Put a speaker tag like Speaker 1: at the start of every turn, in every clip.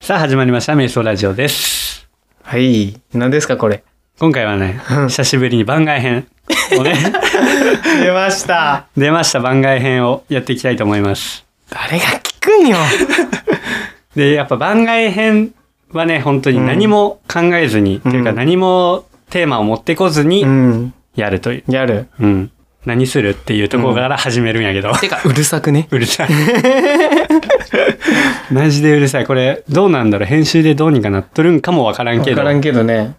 Speaker 1: さあ始まりました、瞑想ラジオです。
Speaker 2: はい。何ですか、これ。
Speaker 1: 今回はね、久しぶりに番外編を ね、
Speaker 2: 出ました。
Speaker 1: 出ました番外編をやっていきたいと思います。
Speaker 2: 誰が聞くんよ。
Speaker 1: で、やっぱ番外編はね、本当に何も考えずに、
Speaker 2: うん
Speaker 1: というか何もテーマを持ってこずに
Speaker 2: うん。
Speaker 1: やるという。
Speaker 2: やる。
Speaker 1: うん。何するっていうところから始めるんやけ ど。
Speaker 2: てか、うるさくね。
Speaker 1: うるさい。マジでうるさい。これ、どうなんだろう編集でどうにかなっとるんかもわからん
Speaker 2: わ
Speaker 1: け
Speaker 2: か
Speaker 1: ど。
Speaker 2: らんけどね。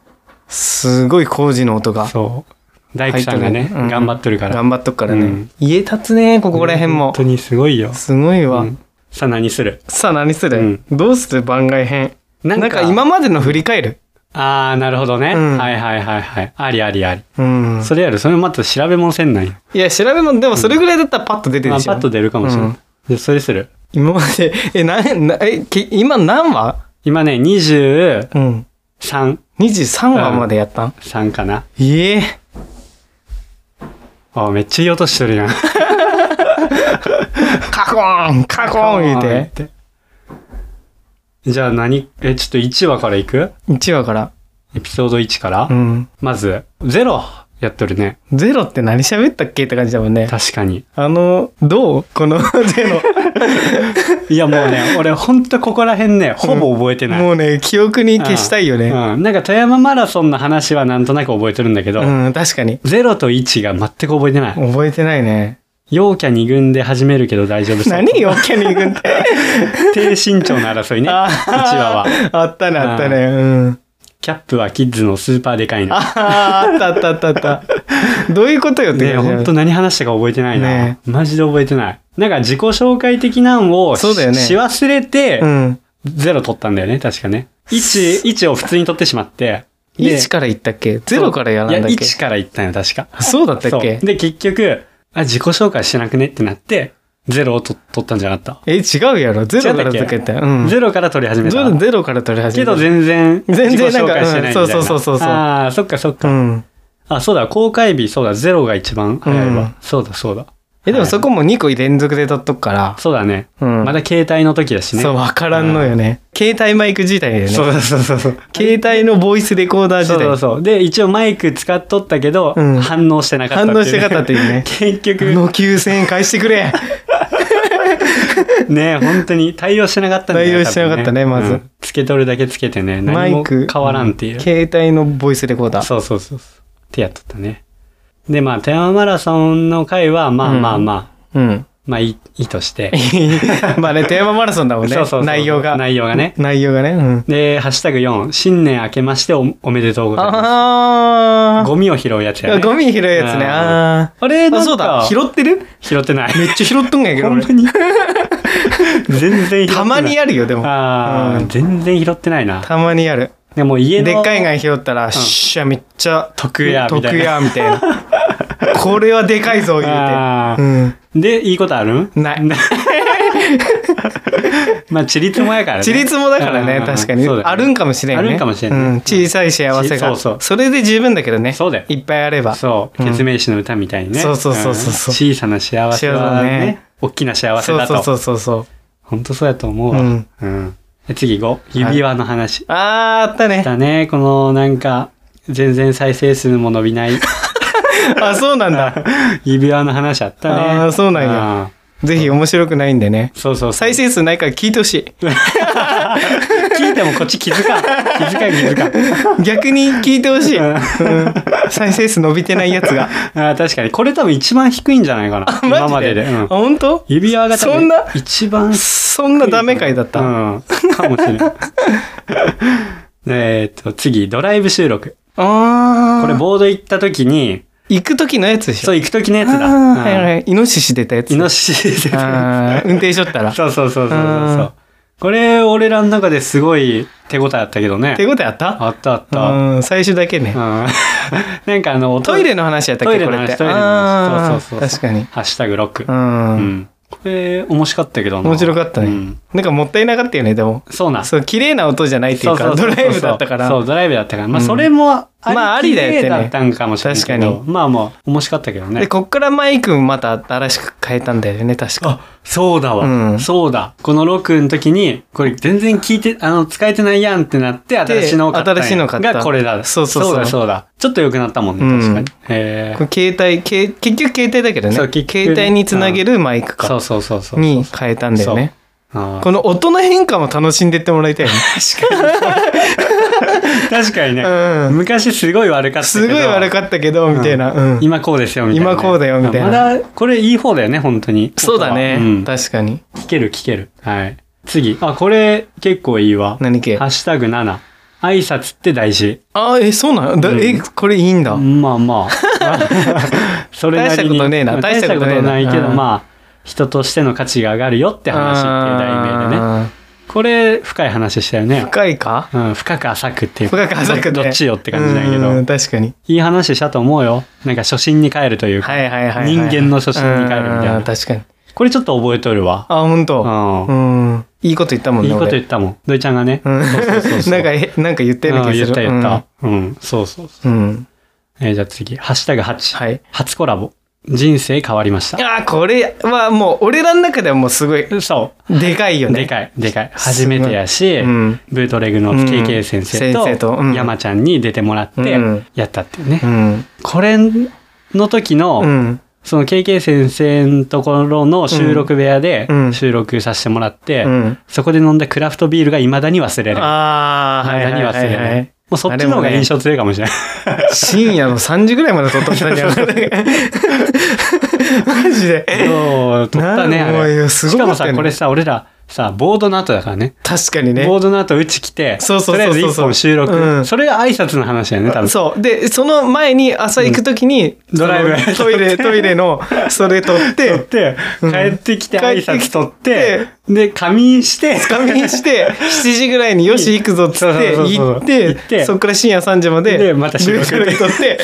Speaker 2: すごい工事の音が。
Speaker 1: そう。大工さんがね、
Speaker 2: 入っとるうん
Speaker 1: 頑張っとるから。
Speaker 2: 頑張っとくから
Speaker 1: う
Speaker 2: ね。
Speaker 1: ん
Speaker 2: 家建つね、ここら辺も
Speaker 1: 本当。にすごいよ。
Speaker 2: すごいわ。
Speaker 1: うんさあ何する
Speaker 2: さあ、何する、
Speaker 1: うん
Speaker 2: どうする番外編。
Speaker 1: なんか
Speaker 2: なんか今までの振り返る。
Speaker 1: ああ、なるほどね。
Speaker 2: うん
Speaker 1: はいはいはいはい。ありありあり。
Speaker 2: うん。
Speaker 1: それやる。それまた調べもせんない。
Speaker 2: いや、調べも、でもそれぐらいだったらパッと出て
Speaker 1: ま
Speaker 2: る
Speaker 1: あ、
Speaker 2: でしょ。
Speaker 1: パッと出るかもしれない。
Speaker 2: うん
Speaker 1: で、それする。
Speaker 2: 今まで、え、な、な、え、き今何話
Speaker 1: 今ね、23、
Speaker 2: うん。23話までやったん、
Speaker 1: 3かな。
Speaker 2: いえ。
Speaker 1: あーめっちゃいい音してるやん。
Speaker 2: カコーンカコーン言うて。
Speaker 1: て。じゃあ何、え、ちょっと1話からいく
Speaker 2: 1話から。
Speaker 1: エピソード1から、
Speaker 2: うん。
Speaker 1: まず、ゼロやっとるね。
Speaker 2: ゼロって何喋ったっけって感じだもんね。
Speaker 1: 確かに。
Speaker 2: あの、どうこ のゼロ。
Speaker 1: いやもう ね、俺ほんとここら辺ね、ほぼ覚えてない。
Speaker 2: もうね、記憶に消したいよね。
Speaker 1: うん。なんか富山マラソンの話はなんとなく覚えてるんだけど、
Speaker 2: うん、確かに。
Speaker 1: ゼロと1が全く覚えてない。
Speaker 2: 覚えてないね。
Speaker 1: 陽キャ2軍で始めるけど大丈夫そう。
Speaker 2: 何よ、キャニー君って。
Speaker 1: 低身長の争いね。1
Speaker 2: あー
Speaker 1: 話は。
Speaker 2: あったね、あったね。うん。
Speaker 1: キャップはキッズのスーパーでかいな。
Speaker 2: あーあったあったあったあった。どういうことよって
Speaker 1: ね
Speaker 2: 感じだよ
Speaker 1: 本当何話したか覚えてないな。
Speaker 2: ね
Speaker 1: マジで覚えてない。なんか自己紹介的なんをし
Speaker 2: そうだよね
Speaker 1: し忘れて、
Speaker 2: うん。
Speaker 1: ゼロ取ったんだよね、確かね。1、1を普通に取ってしまって。で
Speaker 2: 1から言ったっけゼロからやらんだっ
Speaker 1: い
Speaker 2: け
Speaker 1: や、1からいったんよ、確か。
Speaker 2: そうだったっけ
Speaker 1: そうで、結局、あ、自己紹介してなくねってなって、ゼロをと取ったんじゃなかっ
Speaker 2: え、違うやろゼロからとか言ったよ。う
Speaker 1: た。
Speaker 2: ん。
Speaker 1: ゼロから取り始め
Speaker 2: ゼ
Speaker 1: た。
Speaker 2: ロゼロから取り始
Speaker 1: け
Speaker 2: めた。
Speaker 1: ど全然、
Speaker 2: 全然なん
Speaker 1: 自己紹
Speaker 2: か
Speaker 1: 介してないみたいな。
Speaker 2: うんそうそうそうそうそう
Speaker 1: ああ、そっかそっか。
Speaker 2: うん。
Speaker 1: あ、そうだ、公開日、そうだ、ゼロが一番早いわ。
Speaker 2: うん
Speaker 1: そうだ、そうだ。
Speaker 2: え、でもそ
Speaker 1: こ、
Speaker 2: こも2個連続で取っとくから。
Speaker 1: そうだね。
Speaker 2: うん。
Speaker 1: まだ携帯の時だしね。
Speaker 2: そう、わからんのよね。携帯マイク自体でね。
Speaker 1: そうそうそうそう。
Speaker 2: 携帯のボイスレコーダー
Speaker 1: そうそ
Speaker 2: 自
Speaker 1: う
Speaker 2: 体。
Speaker 1: そう。で、一応マイク使っとったけど、
Speaker 2: うん
Speaker 1: 反応してなかった
Speaker 2: 反応してなかったって
Speaker 1: い
Speaker 2: いうね。
Speaker 1: う ね。結
Speaker 2: あ
Speaker 1: 局、
Speaker 2: の9000円返してくれ
Speaker 1: ね本当に対応してなかったんだよ
Speaker 2: 対応してなかったね
Speaker 1: 多分
Speaker 2: まず
Speaker 1: んつけとるだけつけてね
Speaker 2: マ
Speaker 1: 何
Speaker 2: イ
Speaker 1: も
Speaker 2: ク。
Speaker 1: 変わらんっていう
Speaker 2: 携帯のボイスレコーダー。
Speaker 1: そうそうそうそうってやっとったねでまあ富山マラソンの回はまあ
Speaker 2: うん
Speaker 1: まあまあ、
Speaker 2: うん。
Speaker 1: まあいいいいとして、
Speaker 2: まあね、テーママラソンだもんね。
Speaker 1: そうそうそう
Speaker 2: 内容が。
Speaker 1: 内容がね
Speaker 2: 内容がね。うん。
Speaker 1: で「ハッシュタグ #4 新年明けましておおめでとうございます」
Speaker 2: あ
Speaker 1: ゴミを拾うやつや
Speaker 2: ー。
Speaker 1: ね
Speaker 2: ゴミ拾うやつね。
Speaker 1: あ
Speaker 2: あ
Speaker 1: あれ
Speaker 2: ー。
Speaker 1: な
Speaker 2: あ、
Speaker 1: ん
Speaker 2: そうだ。
Speaker 1: か
Speaker 2: 拾ってる
Speaker 1: 拾って ない
Speaker 2: めっちゃ拾っとんやけど、
Speaker 1: 本
Speaker 2: 俺
Speaker 1: 当。に 全然拾ってない
Speaker 2: たまに
Speaker 1: や
Speaker 2: やるよ、でも。
Speaker 1: あー、
Speaker 2: うん
Speaker 1: 全然拾ってないな
Speaker 2: たまにやる。
Speaker 1: でも家の
Speaker 2: でっかい貝拾ったら、しゃ、めっちゃ
Speaker 1: 得やみたいな
Speaker 2: 得やみたいな。 これはでかいぞ、言う
Speaker 1: あー
Speaker 2: て。うん。
Speaker 1: で、いいことある
Speaker 2: ない。
Speaker 1: まあ、ちりつもやからね。
Speaker 2: ちりつもだから
Speaker 1: うんうん
Speaker 2: ね、
Speaker 1: うん
Speaker 2: 確かに。
Speaker 1: そうだよね
Speaker 2: あるんかもしれんよね。
Speaker 1: あるんかもしれんね
Speaker 2: うん小さい幸せ
Speaker 1: そう
Speaker 2: が。
Speaker 1: そう
Speaker 2: それで十分だけどね。
Speaker 1: そうだよ
Speaker 2: いっぱいあれば。
Speaker 1: そう。
Speaker 2: うん
Speaker 1: 結明詞の歌みたいにね。
Speaker 2: そうそうそうそうそうん
Speaker 1: 小さな幸せは
Speaker 2: 幸せだ
Speaker 1: ね
Speaker 2: ね、
Speaker 1: 大きな幸せ
Speaker 2: そう
Speaker 1: だ
Speaker 2: そうそ
Speaker 1: と。
Speaker 2: うそうそう。
Speaker 1: 本当そうやと思うわ。
Speaker 2: う
Speaker 1: うんん。で次5、指輪の話。
Speaker 2: あー、あったね。
Speaker 1: だね、このなんか、全然再生数も伸びない
Speaker 2: あ、そうなんだ。
Speaker 1: 指輪の話あったね。
Speaker 2: あーそうなんや
Speaker 1: あ
Speaker 2: ぜひ面白くないんでね。
Speaker 1: ー。そうそうそう。
Speaker 2: 再生数ないから聞いてほしい。
Speaker 1: 聞いてもこっち気づかん。気づかん気づかん。
Speaker 2: 逆に聞いてほしい。うん再生数伸びてないやつが。
Speaker 1: あー確かに。これ多分一番低いんじゃないかな。 今までで。うん
Speaker 2: あ、本当？
Speaker 1: 指輪が多
Speaker 2: そん
Speaker 1: 分
Speaker 2: な
Speaker 1: 一番
Speaker 2: そんなダメ回だった。
Speaker 1: うん。かもしれない。えーっと、次、ドライブ収録。
Speaker 2: ああ。
Speaker 1: これ、ボード行った時に、
Speaker 2: 行く時のやつでしょ
Speaker 1: そう、行く時のやつだ。
Speaker 2: あ
Speaker 1: うん
Speaker 2: ーはいはい。イノシシ出たやつ。
Speaker 1: イノシシで。そう
Speaker 2: あー 運転しとったら。。
Speaker 1: そうそうそうそうそううんこれ、俺らの中ですごい手応えあったけどね
Speaker 2: 手。応えあった
Speaker 1: あったあった。うん。
Speaker 2: うん、最初だけね。
Speaker 1: なんかあの、
Speaker 2: トイレの話やったっ
Speaker 1: トイ
Speaker 2: け
Speaker 1: レ
Speaker 2: こ
Speaker 1: の
Speaker 2: れって。
Speaker 1: 話、トイレの話。
Speaker 2: あ
Speaker 1: そ
Speaker 2: ー
Speaker 1: うそうそうそう。
Speaker 2: 確かに。
Speaker 1: ハッシュタグロック
Speaker 2: う。。
Speaker 1: うんん。これ、面白かったけどな。
Speaker 2: 面白かったね
Speaker 1: うん
Speaker 2: なんかもったいなかったよねでも
Speaker 1: そうなん
Speaker 2: そう綺麗な音じゃないっていうかドライブだったから
Speaker 1: そう、ドライブだったから。まあ、
Speaker 2: うん
Speaker 1: それもあり、
Speaker 2: まあありだよね
Speaker 1: 綺麗だったんかもしれないけ
Speaker 2: 確
Speaker 1: ど。まあもう、面白かったけど
Speaker 2: で
Speaker 1: ね。
Speaker 2: こっからマイクまた新しく変えたんだよね確か
Speaker 1: あ、そうだわ、
Speaker 2: うん
Speaker 1: そうだ。この6の時に、これ全然聞いて、あの、使えてないやんってなって、
Speaker 2: で
Speaker 1: 新しいのを買ったんや。
Speaker 2: 新しいのを買った
Speaker 1: がこれだ。
Speaker 2: そうそうそう
Speaker 1: だ、そうだ。ちょっと良くなったもんね、
Speaker 2: うん
Speaker 1: 確かに。へ
Speaker 2: これ携帯け結局携帯だけどね
Speaker 1: そう
Speaker 2: 携
Speaker 1: 結局
Speaker 2: 帯につなげるマイク
Speaker 1: ー。そう
Speaker 2: か
Speaker 1: そうそうそう。
Speaker 2: に変えたんだよね
Speaker 1: あー
Speaker 2: この音の変化も楽しんでってもらいたいよね
Speaker 1: 確かにね、
Speaker 2: うん
Speaker 1: 昔すごい悪かったけ
Speaker 2: す
Speaker 1: ど。
Speaker 2: ごい悪かったけどみたいなうん
Speaker 1: 今こうですよ、みたいなね、
Speaker 2: 今こうだよみたいな
Speaker 1: まだ、これいい方だよね、本当に。
Speaker 2: そうだね、
Speaker 1: ん
Speaker 2: 確かに
Speaker 1: 聞ける聞ける。はい。次。あ、これ結構いいわ。
Speaker 2: 何系
Speaker 1: ハッシュタグ7。挨拶って大事。
Speaker 2: あえそうなのだ、
Speaker 1: うん
Speaker 2: えこれいいんだ、
Speaker 1: まあま あ。それなりに。
Speaker 2: 大したことねえな
Speaker 1: まあ
Speaker 2: 大
Speaker 1: 大
Speaker 2: し
Speaker 1: したた
Speaker 2: こ
Speaker 1: こと
Speaker 2: ねえな
Speaker 1: とないけど、
Speaker 2: うん
Speaker 1: まあ、人としての価値が上がるよって話っていう題名でね。
Speaker 2: あ
Speaker 1: これ、深い話したよ
Speaker 2: ー
Speaker 1: ね。
Speaker 2: 深いか
Speaker 1: うん、深く浅くっていう。
Speaker 2: 深く浅くね
Speaker 1: どどっちよって感じだけ
Speaker 2: う
Speaker 1: ど
Speaker 2: ん。確かに
Speaker 1: いい話したと思うよ。なんか初心に帰るというか。
Speaker 2: はいはいはいはい、
Speaker 1: 人間の初心に帰るみたいな
Speaker 2: うん確かに
Speaker 1: これちょっと覚えとるわ。
Speaker 2: あ本当
Speaker 1: う
Speaker 2: うんいいこと言ったもん
Speaker 1: ん。
Speaker 2: ね
Speaker 1: いいこと言
Speaker 2: っ
Speaker 1: ったもん。土井ちゃんがね。
Speaker 2: うん
Speaker 1: そうそうそうそう
Speaker 2: なんかえなんか言ってる気がす
Speaker 1: うん
Speaker 2: る
Speaker 1: 言った言った。うん、そうそうそう。
Speaker 2: うん、うん
Speaker 1: えーじゃあ次、ハッシュタグ8。
Speaker 2: はい
Speaker 1: 初コラボ。人生変わりました。
Speaker 2: あーこれはもう俺らの中ではもうすごい
Speaker 1: そ。
Speaker 2: でかいうよね
Speaker 1: でかい、でかい。初めてやし、
Speaker 2: うん
Speaker 1: ブートレグの KK 先生
Speaker 2: うん先生と
Speaker 1: と
Speaker 2: うん
Speaker 1: 山ちゃんに出てもらっ
Speaker 2: うん
Speaker 1: て、やったっていうね。
Speaker 2: うん
Speaker 1: これの時の、
Speaker 2: うん
Speaker 1: その KK 先生のところの収録部屋で
Speaker 2: うん
Speaker 1: 収録させてもらって、
Speaker 2: うん
Speaker 1: そこで飲んだクラフトビールが未だに忘れない。
Speaker 2: ああはいはい
Speaker 1: 未だ
Speaker 2: は
Speaker 1: に忘れ
Speaker 2: い、
Speaker 1: な。
Speaker 2: はい い、
Speaker 1: もうそっちの方が印象強いかもしれない。
Speaker 2: 深夜の3時ぐらいまで撮っとったんじゃん マジで
Speaker 1: そう、撮ったね、
Speaker 2: な
Speaker 1: あ
Speaker 2: んもうい
Speaker 1: れ。
Speaker 2: やす
Speaker 1: し
Speaker 2: ご
Speaker 1: か
Speaker 2: か
Speaker 1: も
Speaker 2: ったよね
Speaker 1: さ、これさ、俺らさ、ボードの後だからね。
Speaker 2: 確かにね
Speaker 1: ボードの後、うち来て、
Speaker 2: そうそうそうそう
Speaker 1: とりあえず一本収録。
Speaker 2: うん
Speaker 1: それが挨拶の話だよね、多分。
Speaker 2: そう。で、その前に朝行くとき
Speaker 1: う
Speaker 2: に、
Speaker 1: んドライブ
Speaker 2: そのトイレ、トイレの、それ取っ、
Speaker 1: 撮って て、
Speaker 2: うん
Speaker 1: 帰ってきて挨拶取っ、
Speaker 2: 帰って
Speaker 1: で、仮眠して、
Speaker 2: 仮眠して、7時ぐらいによし行くぞっつ
Speaker 1: そう
Speaker 2: って、
Speaker 1: そうそうそう
Speaker 2: 行って、
Speaker 1: 行って
Speaker 2: そっから深夜3時まで、
Speaker 1: でまた収録
Speaker 2: ブルーカル撮 って、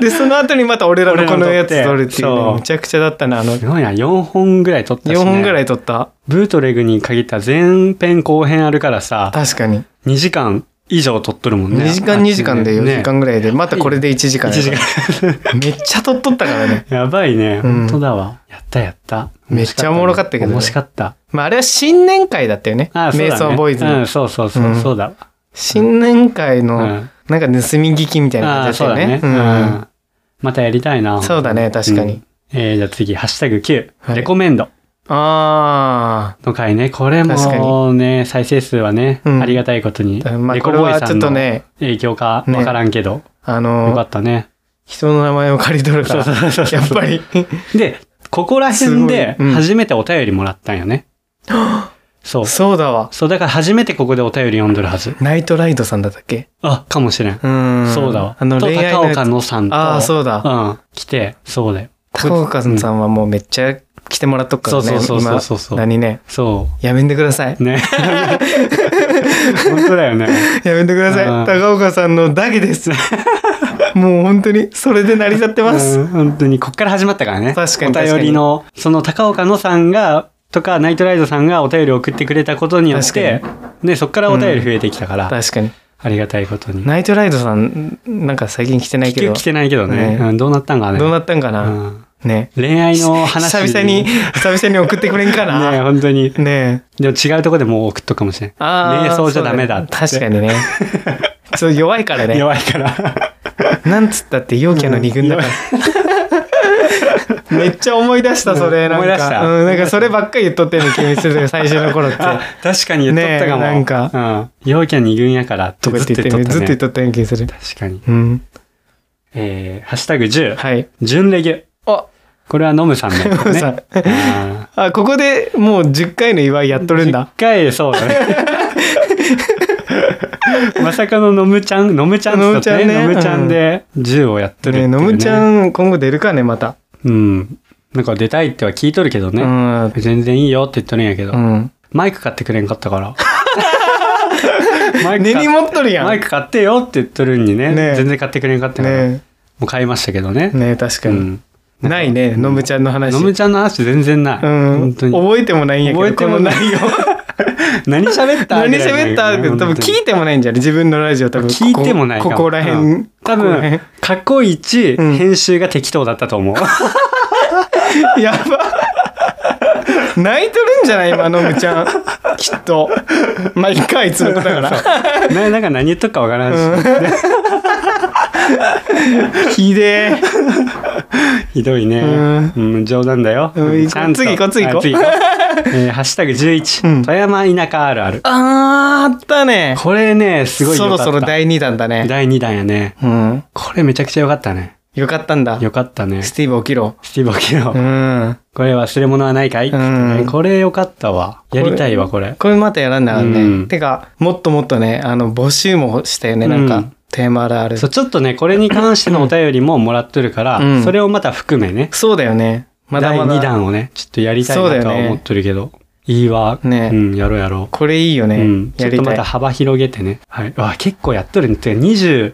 Speaker 2: で、その後にまた俺らのこのやつ撮るっていう
Speaker 1: 俺らの撮っ
Speaker 2: ね、
Speaker 1: て
Speaker 2: むちゃくちゃだったな、あの、
Speaker 1: すごいな、4本ぐらい撮ったし、ね。
Speaker 2: 4本ぐら
Speaker 1: い。
Speaker 2: い撮った。
Speaker 1: ブートレグに限った前編後編あるからさ、
Speaker 2: 確かに。
Speaker 1: 2時間以上撮っとるもんね。
Speaker 2: 2時間2時間で4時間ぐらいで、またこれで1時間。
Speaker 1: 1時間。
Speaker 2: めっちゃ撮っとったからね。
Speaker 1: やばいね。
Speaker 2: うん
Speaker 1: 本当だわ。やったやった。
Speaker 2: めっちゃおもろかったけどね
Speaker 1: 面白かった。
Speaker 2: まあ、あれは新年会だったよね。
Speaker 1: あそうだ、ね。
Speaker 2: 瞑想ボーイズ
Speaker 1: う
Speaker 2: の
Speaker 1: ん、。そうそうそうう、
Speaker 2: ん
Speaker 1: そうだわ。
Speaker 2: 新年会
Speaker 1: う
Speaker 2: の、
Speaker 1: ん。
Speaker 2: なんか盗み聞きみたい
Speaker 1: あ
Speaker 2: な
Speaker 1: あ
Speaker 2: 感
Speaker 1: ー、
Speaker 2: じ
Speaker 1: そ
Speaker 2: だ
Speaker 1: う
Speaker 2: った
Speaker 1: だ
Speaker 2: よね
Speaker 1: ね。。うん。またやりたいな。
Speaker 2: うんそうだね、確かに。
Speaker 1: うんえー、じゃあ次、ハッシュタグ9、
Speaker 2: はい
Speaker 1: レコメンド
Speaker 2: あ
Speaker 1: の回ね。これ
Speaker 2: 確か
Speaker 1: もね、再生数はね、
Speaker 2: うん
Speaker 1: ありがたいことに。
Speaker 2: あ。まあ、
Speaker 1: レコ
Speaker 2: これ
Speaker 1: ボーイ
Speaker 2: は
Speaker 1: さ
Speaker 2: ちょ
Speaker 1: ん
Speaker 2: っと
Speaker 1: の
Speaker 2: ね、
Speaker 1: 影響か
Speaker 2: ね
Speaker 1: わからんけど、
Speaker 2: あ
Speaker 1: よか
Speaker 2: の、
Speaker 1: ったね。
Speaker 2: 人の名前を借り取るか
Speaker 1: そうそう
Speaker 2: ら、
Speaker 1: そうそう。
Speaker 2: やっぱり。
Speaker 1: で、ここら辺です
Speaker 2: ごいうん
Speaker 1: 初めてお便りもらったんよ ね。そう。
Speaker 2: そうだわ。
Speaker 1: そう、だから初めてここでお便り読んどるはず。
Speaker 2: ナイトライドさんだったっけ
Speaker 1: あ、かもしれん。
Speaker 2: うん。
Speaker 1: そうだわ。
Speaker 2: あの、
Speaker 1: と
Speaker 2: 恋愛の
Speaker 1: 高
Speaker 2: やつ
Speaker 1: 岡。のさんと。
Speaker 2: ああ、そうだ。
Speaker 1: うん。来て、そうだよ。
Speaker 2: 高岡さんはもうめっちゃ来てもらっとくからね。
Speaker 1: そうそうそうそうそう
Speaker 2: 今何ね。
Speaker 1: そ
Speaker 2: やめんでください。
Speaker 1: う。ね。 本当だよね。
Speaker 2: やめてください。
Speaker 1: うん
Speaker 2: 高岡さんのだ けです。もう本当に、それで成り立ってます。
Speaker 1: うん本当に、こっから始まったからね。
Speaker 2: 確かに確かに
Speaker 1: お便りの、その高岡のさんが、とか、ナイトライドさんがお便りを送ってくれたことによって、ね、そっからお便り増えてきたから、
Speaker 2: 確かに。
Speaker 1: ありがたいことに。
Speaker 2: ナイトライドさん、なんか最近来てない
Speaker 1: 結
Speaker 2: けど
Speaker 1: 局、来てないけどね。
Speaker 2: ね
Speaker 1: うん、どうなったんかね。
Speaker 2: どうなったんかな、
Speaker 1: うん
Speaker 2: ね。
Speaker 1: 恋愛の話。
Speaker 2: 久々に、
Speaker 1: ね、
Speaker 2: 久々に送ってくれんかなね
Speaker 1: 本当に。
Speaker 2: え。
Speaker 1: でも違うとこでもう送っとくかもしれん。
Speaker 2: ああ。
Speaker 1: 瞑想じゃダメだっ
Speaker 2: そうね
Speaker 1: て。
Speaker 2: 確かに ね。そう、弱いからね。
Speaker 1: 弱い から。
Speaker 2: なんつったって陽キャの二軍だから。めっちゃ思い出した、それ。
Speaker 1: うん
Speaker 2: なんか
Speaker 1: 思い出した
Speaker 2: うん、なんかそればっかり言っとって んの気にする最初の頃って。
Speaker 1: あ、確かに言っとったかも。
Speaker 2: ねえなんか
Speaker 1: うん。陽キャ二軍やからって
Speaker 2: とか
Speaker 1: ず
Speaker 2: 言
Speaker 1: っと
Speaker 2: って
Speaker 1: 言
Speaker 2: 言
Speaker 1: っとった、
Speaker 2: ってね
Speaker 1: ね。
Speaker 2: ずっと言っとったような気にする。
Speaker 1: 確かに。
Speaker 2: うん。
Speaker 1: えー、ハッシュタグ10、
Speaker 2: はい。
Speaker 1: 純レギュ。
Speaker 2: あ、
Speaker 1: これはノムさんのやつ
Speaker 2: ノム
Speaker 1: ね。
Speaker 2: さん
Speaker 1: あ
Speaker 2: あ、ここでもう10回の祝いやっと
Speaker 1: ー
Speaker 2: るんだ。
Speaker 1: 10回、そうだ ね。まさかのノムちゃん、ノムちゃんって言ったね。
Speaker 2: ノ
Speaker 1: ノ
Speaker 2: ム
Speaker 1: ム
Speaker 2: ち
Speaker 1: ち
Speaker 2: ゃ
Speaker 1: ゃ
Speaker 2: んね
Speaker 1: んで10をやってるってい
Speaker 2: ね
Speaker 1: う、
Speaker 2: のむちゃん、今後出るかね、また。
Speaker 1: うん。なんか出たいっては聞いとるけど
Speaker 2: う
Speaker 1: ね。
Speaker 2: ん。う
Speaker 1: 全然いいよって言っとるんやけど。
Speaker 2: ん。
Speaker 1: マイク買ってくれんかった から。マイク
Speaker 2: 根
Speaker 1: 買
Speaker 2: に
Speaker 1: っ
Speaker 2: 持っとるやん。
Speaker 1: マイク買ってよって言っとるんにね。
Speaker 2: ねえ
Speaker 1: 全然買ってくれんかったから。
Speaker 2: ね
Speaker 1: もう買いましたけどね。
Speaker 2: ね確か
Speaker 1: う
Speaker 2: に。
Speaker 1: ん。
Speaker 2: ないね、のむちゃんの話。
Speaker 1: のむちゃんの話全然ない。
Speaker 2: うん。
Speaker 1: 本当に。
Speaker 2: 覚えてもないんやけど。
Speaker 1: 覚えてもないよ
Speaker 2: この内容
Speaker 1: 何喋った
Speaker 2: 何喋ったって多分聞いてもないんじゃない自分のラジオ多分。
Speaker 1: 聞いてもないか
Speaker 2: こ
Speaker 1: も
Speaker 2: こここら
Speaker 1: う
Speaker 2: 辺
Speaker 1: ん。多
Speaker 2: ここ
Speaker 1: 分
Speaker 2: ら辺
Speaker 1: 過去一
Speaker 2: うん
Speaker 1: 編集が適当だったと思う
Speaker 2: やば。泣いとるんじゃない今、のむちゃん。きっと。毎回つぶだから。
Speaker 1: な なんか何言っとくかわからんし、
Speaker 2: ひで
Speaker 1: ひどいね、
Speaker 2: うん
Speaker 1: うん、冗談だよ、
Speaker 2: うん
Speaker 1: ちゃんと
Speaker 2: 次行こう次行こう
Speaker 1: あ次行こ うえーハッシュタグ11、
Speaker 2: うん
Speaker 1: 富山田舎あるある
Speaker 2: ー。あー、あったね。
Speaker 1: これねすごいよか
Speaker 2: そ
Speaker 1: っ
Speaker 2: ろ
Speaker 1: た
Speaker 2: そろ第2弾だね。
Speaker 1: 第2弾やね
Speaker 2: うん。
Speaker 1: これめちゃくちゃよかったね
Speaker 2: よかったんだ。
Speaker 1: よかったね
Speaker 2: スティーブ起きろ。
Speaker 1: スティーブ・オキロ、
Speaker 2: うん。
Speaker 1: これ忘れ物はないかい、
Speaker 2: うん
Speaker 1: これよかったわやりたいわこれ
Speaker 2: これまたやらんなあかんね。
Speaker 1: うん
Speaker 2: てか、もっともっとね、あの、募集もしたよね。なんか、
Speaker 1: うん
Speaker 2: テーマあるある。
Speaker 1: そうちょっとねこれに関してのお便りももらっとるから、
Speaker 2: うん
Speaker 1: それをまた含めね
Speaker 2: そうだよね。まだまだ。
Speaker 1: 第2弾をねちょっとやりたい
Speaker 2: そう
Speaker 1: な
Speaker 2: だよ
Speaker 1: とは
Speaker 2: ね
Speaker 1: 思ってるけど、いいわ、
Speaker 2: ね
Speaker 1: うんやろうやろ
Speaker 2: これいいよ
Speaker 1: う、
Speaker 2: ね。
Speaker 1: うん、ちょ
Speaker 2: や
Speaker 1: っ
Speaker 2: り
Speaker 1: と
Speaker 2: た
Speaker 1: ま
Speaker 2: い
Speaker 1: た。幅広げてねはいわ結構やっとるねてか23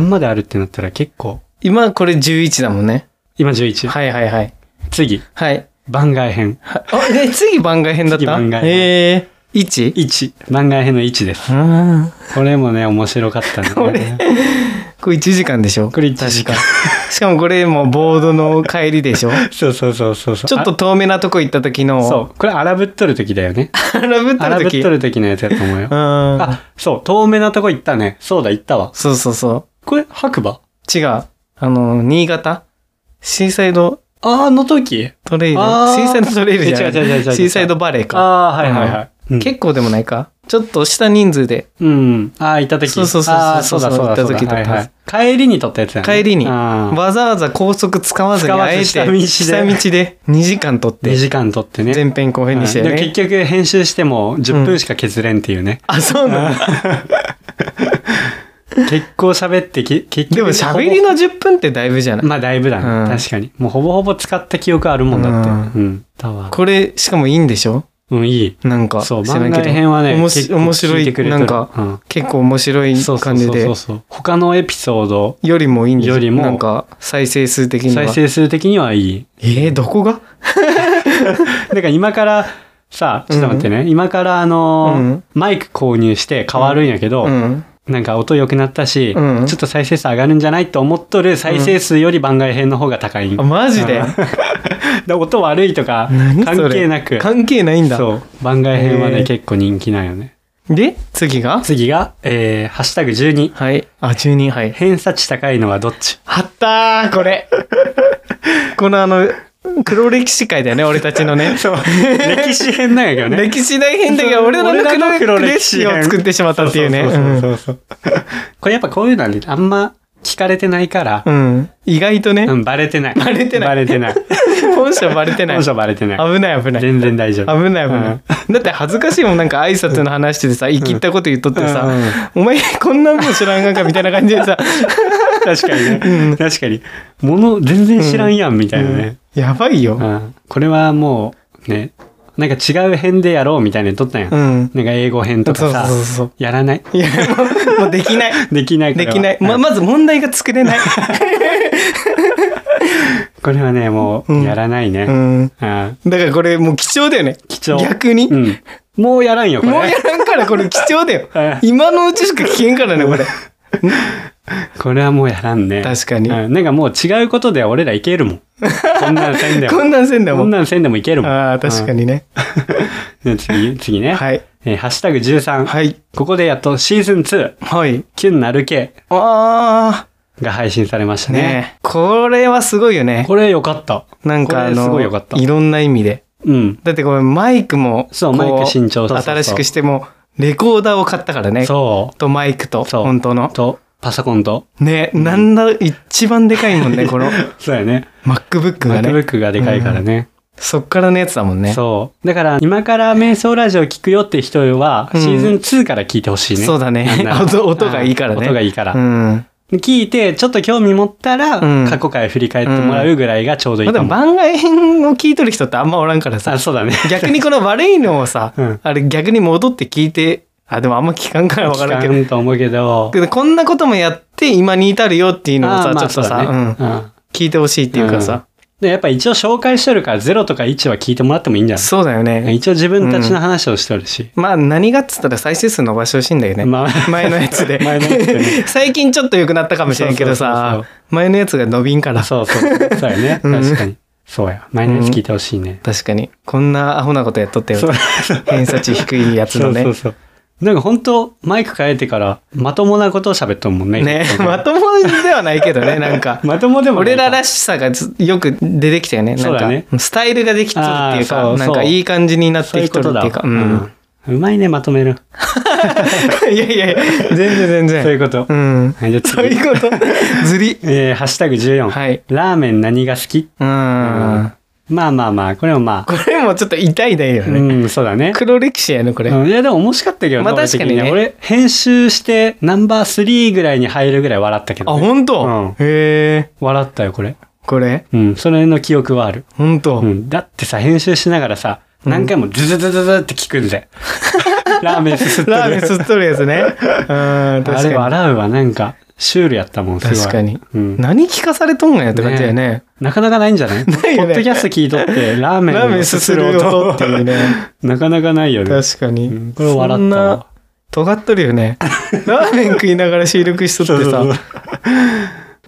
Speaker 1: まであるってなったら結構
Speaker 2: 今これ11だもんね。
Speaker 1: 今11、
Speaker 2: はいはいはい。
Speaker 1: 次
Speaker 2: はい。
Speaker 1: 番外編
Speaker 2: はあ、で、次番外編だった
Speaker 1: 次番外編
Speaker 2: ええー。1?
Speaker 1: 1番外編の1です
Speaker 2: うん。
Speaker 1: これもね面白かったね
Speaker 2: これこれ1時間でしょ
Speaker 1: これ1時間
Speaker 2: しかもこれもうボードの帰り でしょ
Speaker 1: そうそうそうそうそう
Speaker 2: ちょっと遠めなとこ行った時
Speaker 1: あ
Speaker 2: の。
Speaker 1: そうこれ荒ぶっとる時だよね
Speaker 2: 荒ぶっ
Speaker 1: 荒
Speaker 2: た
Speaker 1: ぶっ
Speaker 2: 時。
Speaker 1: とる時のやつやと思うよ
Speaker 2: うん。あ、
Speaker 1: あそう遠目なとこ行ったねそうだ行ったわ
Speaker 2: そうそうそ
Speaker 1: これ白馬
Speaker 2: う。違う。あの、新潟シーサイド
Speaker 1: あーあの時
Speaker 2: トレイル。シ
Speaker 1: あー
Speaker 2: ーサイドトレイルじゃな
Speaker 1: 違
Speaker 2: い。
Speaker 1: う違う違う違う違う
Speaker 2: シーサイドバレーか。
Speaker 1: ああーはいはいはい、うん、
Speaker 2: 結構でもないか。ちょっとした人数で。
Speaker 1: うんああ行った時
Speaker 2: そうそうそうそう
Speaker 1: あーそうだそうだそうだ
Speaker 2: 行った時だった
Speaker 1: はいはい帰りに撮ったやつやね
Speaker 2: 帰りに
Speaker 1: あー
Speaker 2: わざわざ高速使わずに
Speaker 1: 使わ
Speaker 2: あ
Speaker 1: ず
Speaker 2: えて
Speaker 1: 下道で
Speaker 2: 道で2時間取っ
Speaker 1: 2
Speaker 2: て
Speaker 1: 時間撮ってね
Speaker 2: 前編後編にして
Speaker 1: はいでも
Speaker 2: ね。
Speaker 1: 結局編集しても10分しか削れんっていうね、
Speaker 2: あ、そうなんだ。
Speaker 1: 結構喋ってき結局
Speaker 2: でも喋りの10分ってだいぶじゃない
Speaker 1: まあだいぶだね、
Speaker 2: うん
Speaker 1: 確かにもうほぼほぼ使った記憶あるもんだってうん、だわ
Speaker 2: これ、しかもいいんでしょ
Speaker 1: うんいい
Speaker 2: なんか。
Speaker 1: そう
Speaker 2: 知らん
Speaker 1: 番
Speaker 2: けど
Speaker 1: 外編はね
Speaker 2: おも
Speaker 1: 結
Speaker 2: し
Speaker 1: 構
Speaker 2: 面
Speaker 1: 聞
Speaker 2: 白
Speaker 1: いてく
Speaker 2: い、
Speaker 1: れ
Speaker 2: な
Speaker 1: てる
Speaker 2: んか、
Speaker 1: うん
Speaker 2: 結構面白い
Speaker 1: そうそう
Speaker 2: 感じ
Speaker 1: そう
Speaker 2: で
Speaker 1: そう。そう他のエピソード
Speaker 2: よりもいいんでしょ
Speaker 1: よりも
Speaker 2: なんか、再生数的には。
Speaker 1: 再生数的にはいい
Speaker 2: えー、どこが
Speaker 1: だから今からさちょっと待ってね、今からあのー
Speaker 2: うん
Speaker 1: マイク購入して変わるんやけど、
Speaker 2: うん。
Speaker 1: なんか音良くなったし、
Speaker 2: うん
Speaker 1: ちょっと再生数上がるんじゃないと思っとる再生数より番外編の方が高いん、
Speaker 2: あマジで
Speaker 1: うんで音悪いとか
Speaker 2: 何そ
Speaker 1: 関
Speaker 2: れ
Speaker 1: 係なく
Speaker 2: 関係ないんだ。
Speaker 1: そう番外編は
Speaker 2: へ
Speaker 1: ね
Speaker 2: ー
Speaker 1: 結構人気なんよね
Speaker 2: で、次が
Speaker 1: 次が、えー、ハッシュタグ12。
Speaker 2: はい。あ、12はい。
Speaker 1: 偏差値高いのはどっち
Speaker 2: あったー、これ。このあの、黒歴史会だよね、俺たちのね。
Speaker 1: そう。歴史編なんやけどね。
Speaker 2: 歴史大変だけ
Speaker 1: そう
Speaker 2: ど、俺ら
Speaker 1: 俺ら
Speaker 2: の
Speaker 1: の
Speaker 2: 黒
Speaker 1: 黒
Speaker 2: 歴
Speaker 1: 歴史
Speaker 2: 史を作ってしまったっていうね。
Speaker 1: そうそうそうそうそう これやっぱこういうのはね、あんま聞かれてないから
Speaker 2: う、んうん意外とね
Speaker 1: う、ん、バレてない。バ
Speaker 2: レてない
Speaker 1: バレてない。
Speaker 2: 本社バレてない。
Speaker 1: 本
Speaker 2: 危
Speaker 1: 性バレてない。
Speaker 2: ない危ない。
Speaker 1: 全然大丈夫。
Speaker 2: 危ない危ない、だって恥ずかしいもんなんか挨拶の話しててさ、生きったこと言っとってさ、お前こんなんも知らんがんかみたいな感じで さ、
Speaker 1: 確かに ね。確かに。もの、全然知らんやん、みたいなね。
Speaker 2: やばいよ
Speaker 1: う。んこれはもう、ね、なんか違う編でやろうみたいなの撮ったんや。
Speaker 2: う
Speaker 1: なん
Speaker 2: ん。
Speaker 1: か英語編と
Speaker 2: そう
Speaker 1: か
Speaker 2: そう
Speaker 1: さ
Speaker 2: そ、うそう。
Speaker 1: やらない。
Speaker 2: いや、もうもうできない。
Speaker 1: できないこれ
Speaker 2: で
Speaker 1: は
Speaker 2: きない。ま、まず問題が作 れない。
Speaker 1: これはね、も
Speaker 2: うん
Speaker 1: う、やらないね。
Speaker 2: うん。
Speaker 1: うん
Speaker 2: だからこれもう貴重だよね。
Speaker 1: 貴重。
Speaker 2: 逆に。
Speaker 1: うん。もうやらんよ、こ
Speaker 2: もうや
Speaker 1: れ。
Speaker 2: らんからこれ貴重だよ
Speaker 1: うん。
Speaker 2: 今のうちしか聞けんからね、これ。
Speaker 1: これはもうやらんね。
Speaker 2: 確かに
Speaker 1: うんなんかもう違うことで俺らいけるも ん。こんなんせんで
Speaker 2: こん
Speaker 1: も。
Speaker 2: なんせんだ
Speaker 1: こ
Speaker 2: も
Speaker 1: ん
Speaker 2: ん。
Speaker 1: なんせんでもいけるもん。
Speaker 2: ああ、確かにね。
Speaker 1: うん。で次、次ね。
Speaker 2: はい。
Speaker 1: えーハッシュタグ13。
Speaker 2: はい。
Speaker 1: ここでやっとシーズン2、
Speaker 2: はい。
Speaker 1: キュンなるけ
Speaker 2: あ
Speaker 1: が配信されました
Speaker 2: あ。
Speaker 1: ね。
Speaker 2: ねえこれはすごいよね。
Speaker 1: これよかった。
Speaker 2: なんかあ
Speaker 1: これす
Speaker 2: の
Speaker 1: ごい良かった
Speaker 2: いろんな意味で。
Speaker 1: うん。
Speaker 2: だってこれマイクも
Speaker 1: そう
Speaker 2: こ
Speaker 1: マイク新調そうそうそう
Speaker 2: 新しくしてもレコーダーを買ったからね。
Speaker 1: そ
Speaker 2: とマイクと
Speaker 1: そう
Speaker 2: 本当の
Speaker 1: う。。と、パソコンと。
Speaker 2: ね、なんだ一番でかいもんねこの
Speaker 1: そうやね。
Speaker 2: MacBook がね。
Speaker 1: MacBook がでかいからね。
Speaker 2: そっからのやつだもんね。
Speaker 1: そう。だから、今から瞑想ラジオ聞くよって人は、
Speaker 2: うん
Speaker 1: シーズン2から聞いてほしいね。
Speaker 2: そうだね
Speaker 1: なんなら
Speaker 2: 音音がいいからね
Speaker 1: うん音がいいから。
Speaker 2: うん。
Speaker 1: 聞いて、ちょっと興味持ったら、
Speaker 2: うん
Speaker 1: 過去回振り返ってもらうぐらいがちょうどい
Speaker 2: まあ
Speaker 1: い
Speaker 2: で
Speaker 1: と
Speaker 2: も
Speaker 1: 思う。
Speaker 2: 番外編を聞いとる人ってあんまおらんからさ
Speaker 1: あ、。そうだね。、
Speaker 2: 逆にこの悪いのをさ
Speaker 1: うん
Speaker 2: あれ逆に戻って聞いて、あ、でもあんま聞かんからわからんけど。
Speaker 1: 聞かんと思うけど。
Speaker 2: けどこんなこともやって今に至るよっていうのを
Speaker 1: あ
Speaker 2: さ、
Speaker 1: ーまあ
Speaker 2: ちょっとさ、
Speaker 1: そうだね
Speaker 2: うん
Speaker 1: うん
Speaker 2: 聞いてほしいっていうかさ、
Speaker 1: でやっぱ一応紹介してるから0とか1は聞いてもらってもいいんじゃ
Speaker 2: そうだよ
Speaker 1: な
Speaker 2: ね
Speaker 1: い。一応自分たちの話をしてるし。
Speaker 2: まあ何がっつったら再生数伸ばしてほしいんだよね、
Speaker 1: まあ
Speaker 2: 前のやつで
Speaker 1: 前のやつでね
Speaker 2: 最近ちょっと良くなったかもしれんけど
Speaker 1: そうそう
Speaker 2: さ
Speaker 1: そう
Speaker 2: 前のやつが伸びんから
Speaker 1: そうそう。そうやね。
Speaker 2: うん
Speaker 1: 確かに。そうや。前のやつ聞いてほしいね。
Speaker 2: 確かにこんなアホなことやっとったよ
Speaker 1: そう
Speaker 2: 偏差値低いやつ
Speaker 1: そ
Speaker 2: の
Speaker 1: う
Speaker 2: ね
Speaker 1: そうそう。なんか本当マイク変えてから、まともなことを喋っとるもんね。
Speaker 2: ね
Speaker 1: なんか
Speaker 2: まともではないけどねなんか
Speaker 1: まともでもない
Speaker 2: 俺
Speaker 1: から
Speaker 2: らしさがずよく出てきたよね。な
Speaker 1: そ
Speaker 2: ん
Speaker 1: う
Speaker 2: か、
Speaker 1: だね
Speaker 2: スタイルができとるっていう
Speaker 1: あーそ
Speaker 2: か、
Speaker 1: う
Speaker 2: なんか
Speaker 1: そう
Speaker 2: いい感じになっ
Speaker 1: そう
Speaker 2: て
Speaker 1: いう
Speaker 2: きと
Speaker 1: こ
Speaker 2: る
Speaker 1: とだ
Speaker 2: っ
Speaker 1: わ
Speaker 2: ていうか。
Speaker 1: う
Speaker 2: うん
Speaker 1: ん。うまいね、まとめる。
Speaker 2: いやいやいや、全然全然。
Speaker 1: そういうこと。
Speaker 2: うん。
Speaker 1: はい、じゃあ次
Speaker 2: そういうこと。 ずり。
Speaker 1: えーハッシュタグ14。
Speaker 2: はい
Speaker 1: ラーメン何が好き
Speaker 2: うん。
Speaker 1: まあまあまあ、これもまあ。
Speaker 2: これもちょっと痛いだよ
Speaker 1: う
Speaker 2: ね。
Speaker 1: ん、そうだね。
Speaker 2: 黒歴史やね、これ。
Speaker 1: うんいや、でも面白かったけどな
Speaker 2: まあ
Speaker 1: 俺的
Speaker 2: 確かにね
Speaker 1: 俺、編集してナンバー3ぐらいに入るぐらい笑ったけ
Speaker 2: あ、
Speaker 1: どね、
Speaker 2: ほん
Speaker 1: うん
Speaker 2: とへえ。
Speaker 1: 笑ったよ、これ。
Speaker 2: これ
Speaker 1: うん、それの記憶はある。
Speaker 2: ほんと
Speaker 1: うん、だってさ、編集しながらさ、何回もズズズズズって聞くんで。 ラーメンすすってる。
Speaker 2: ラーメンすっとるやつね。うん、確
Speaker 1: あ
Speaker 2: か
Speaker 1: れ
Speaker 2: に。
Speaker 1: 笑うわ、なんか、シュールやったもん、すごい。
Speaker 2: 確かに。
Speaker 1: うん。
Speaker 2: 何聞かされとんがやって感じだよね。
Speaker 1: なかなかないんじゃない
Speaker 2: ないよね
Speaker 1: ポッドキャスト聞いとって、ラーメン
Speaker 2: ラーメン
Speaker 1: を
Speaker 2: すする音 っていうね。
Speaker 1: なかなかないよね。
Speaker 2: 確かに。
Speaker 1: うんこれ笑った
Speaker 2: そんな
Speaker 1: わ。
Speaker 2: 尖っとるよね。ラーメン食いながら収録しとってさ
Speaker 1: そうそう。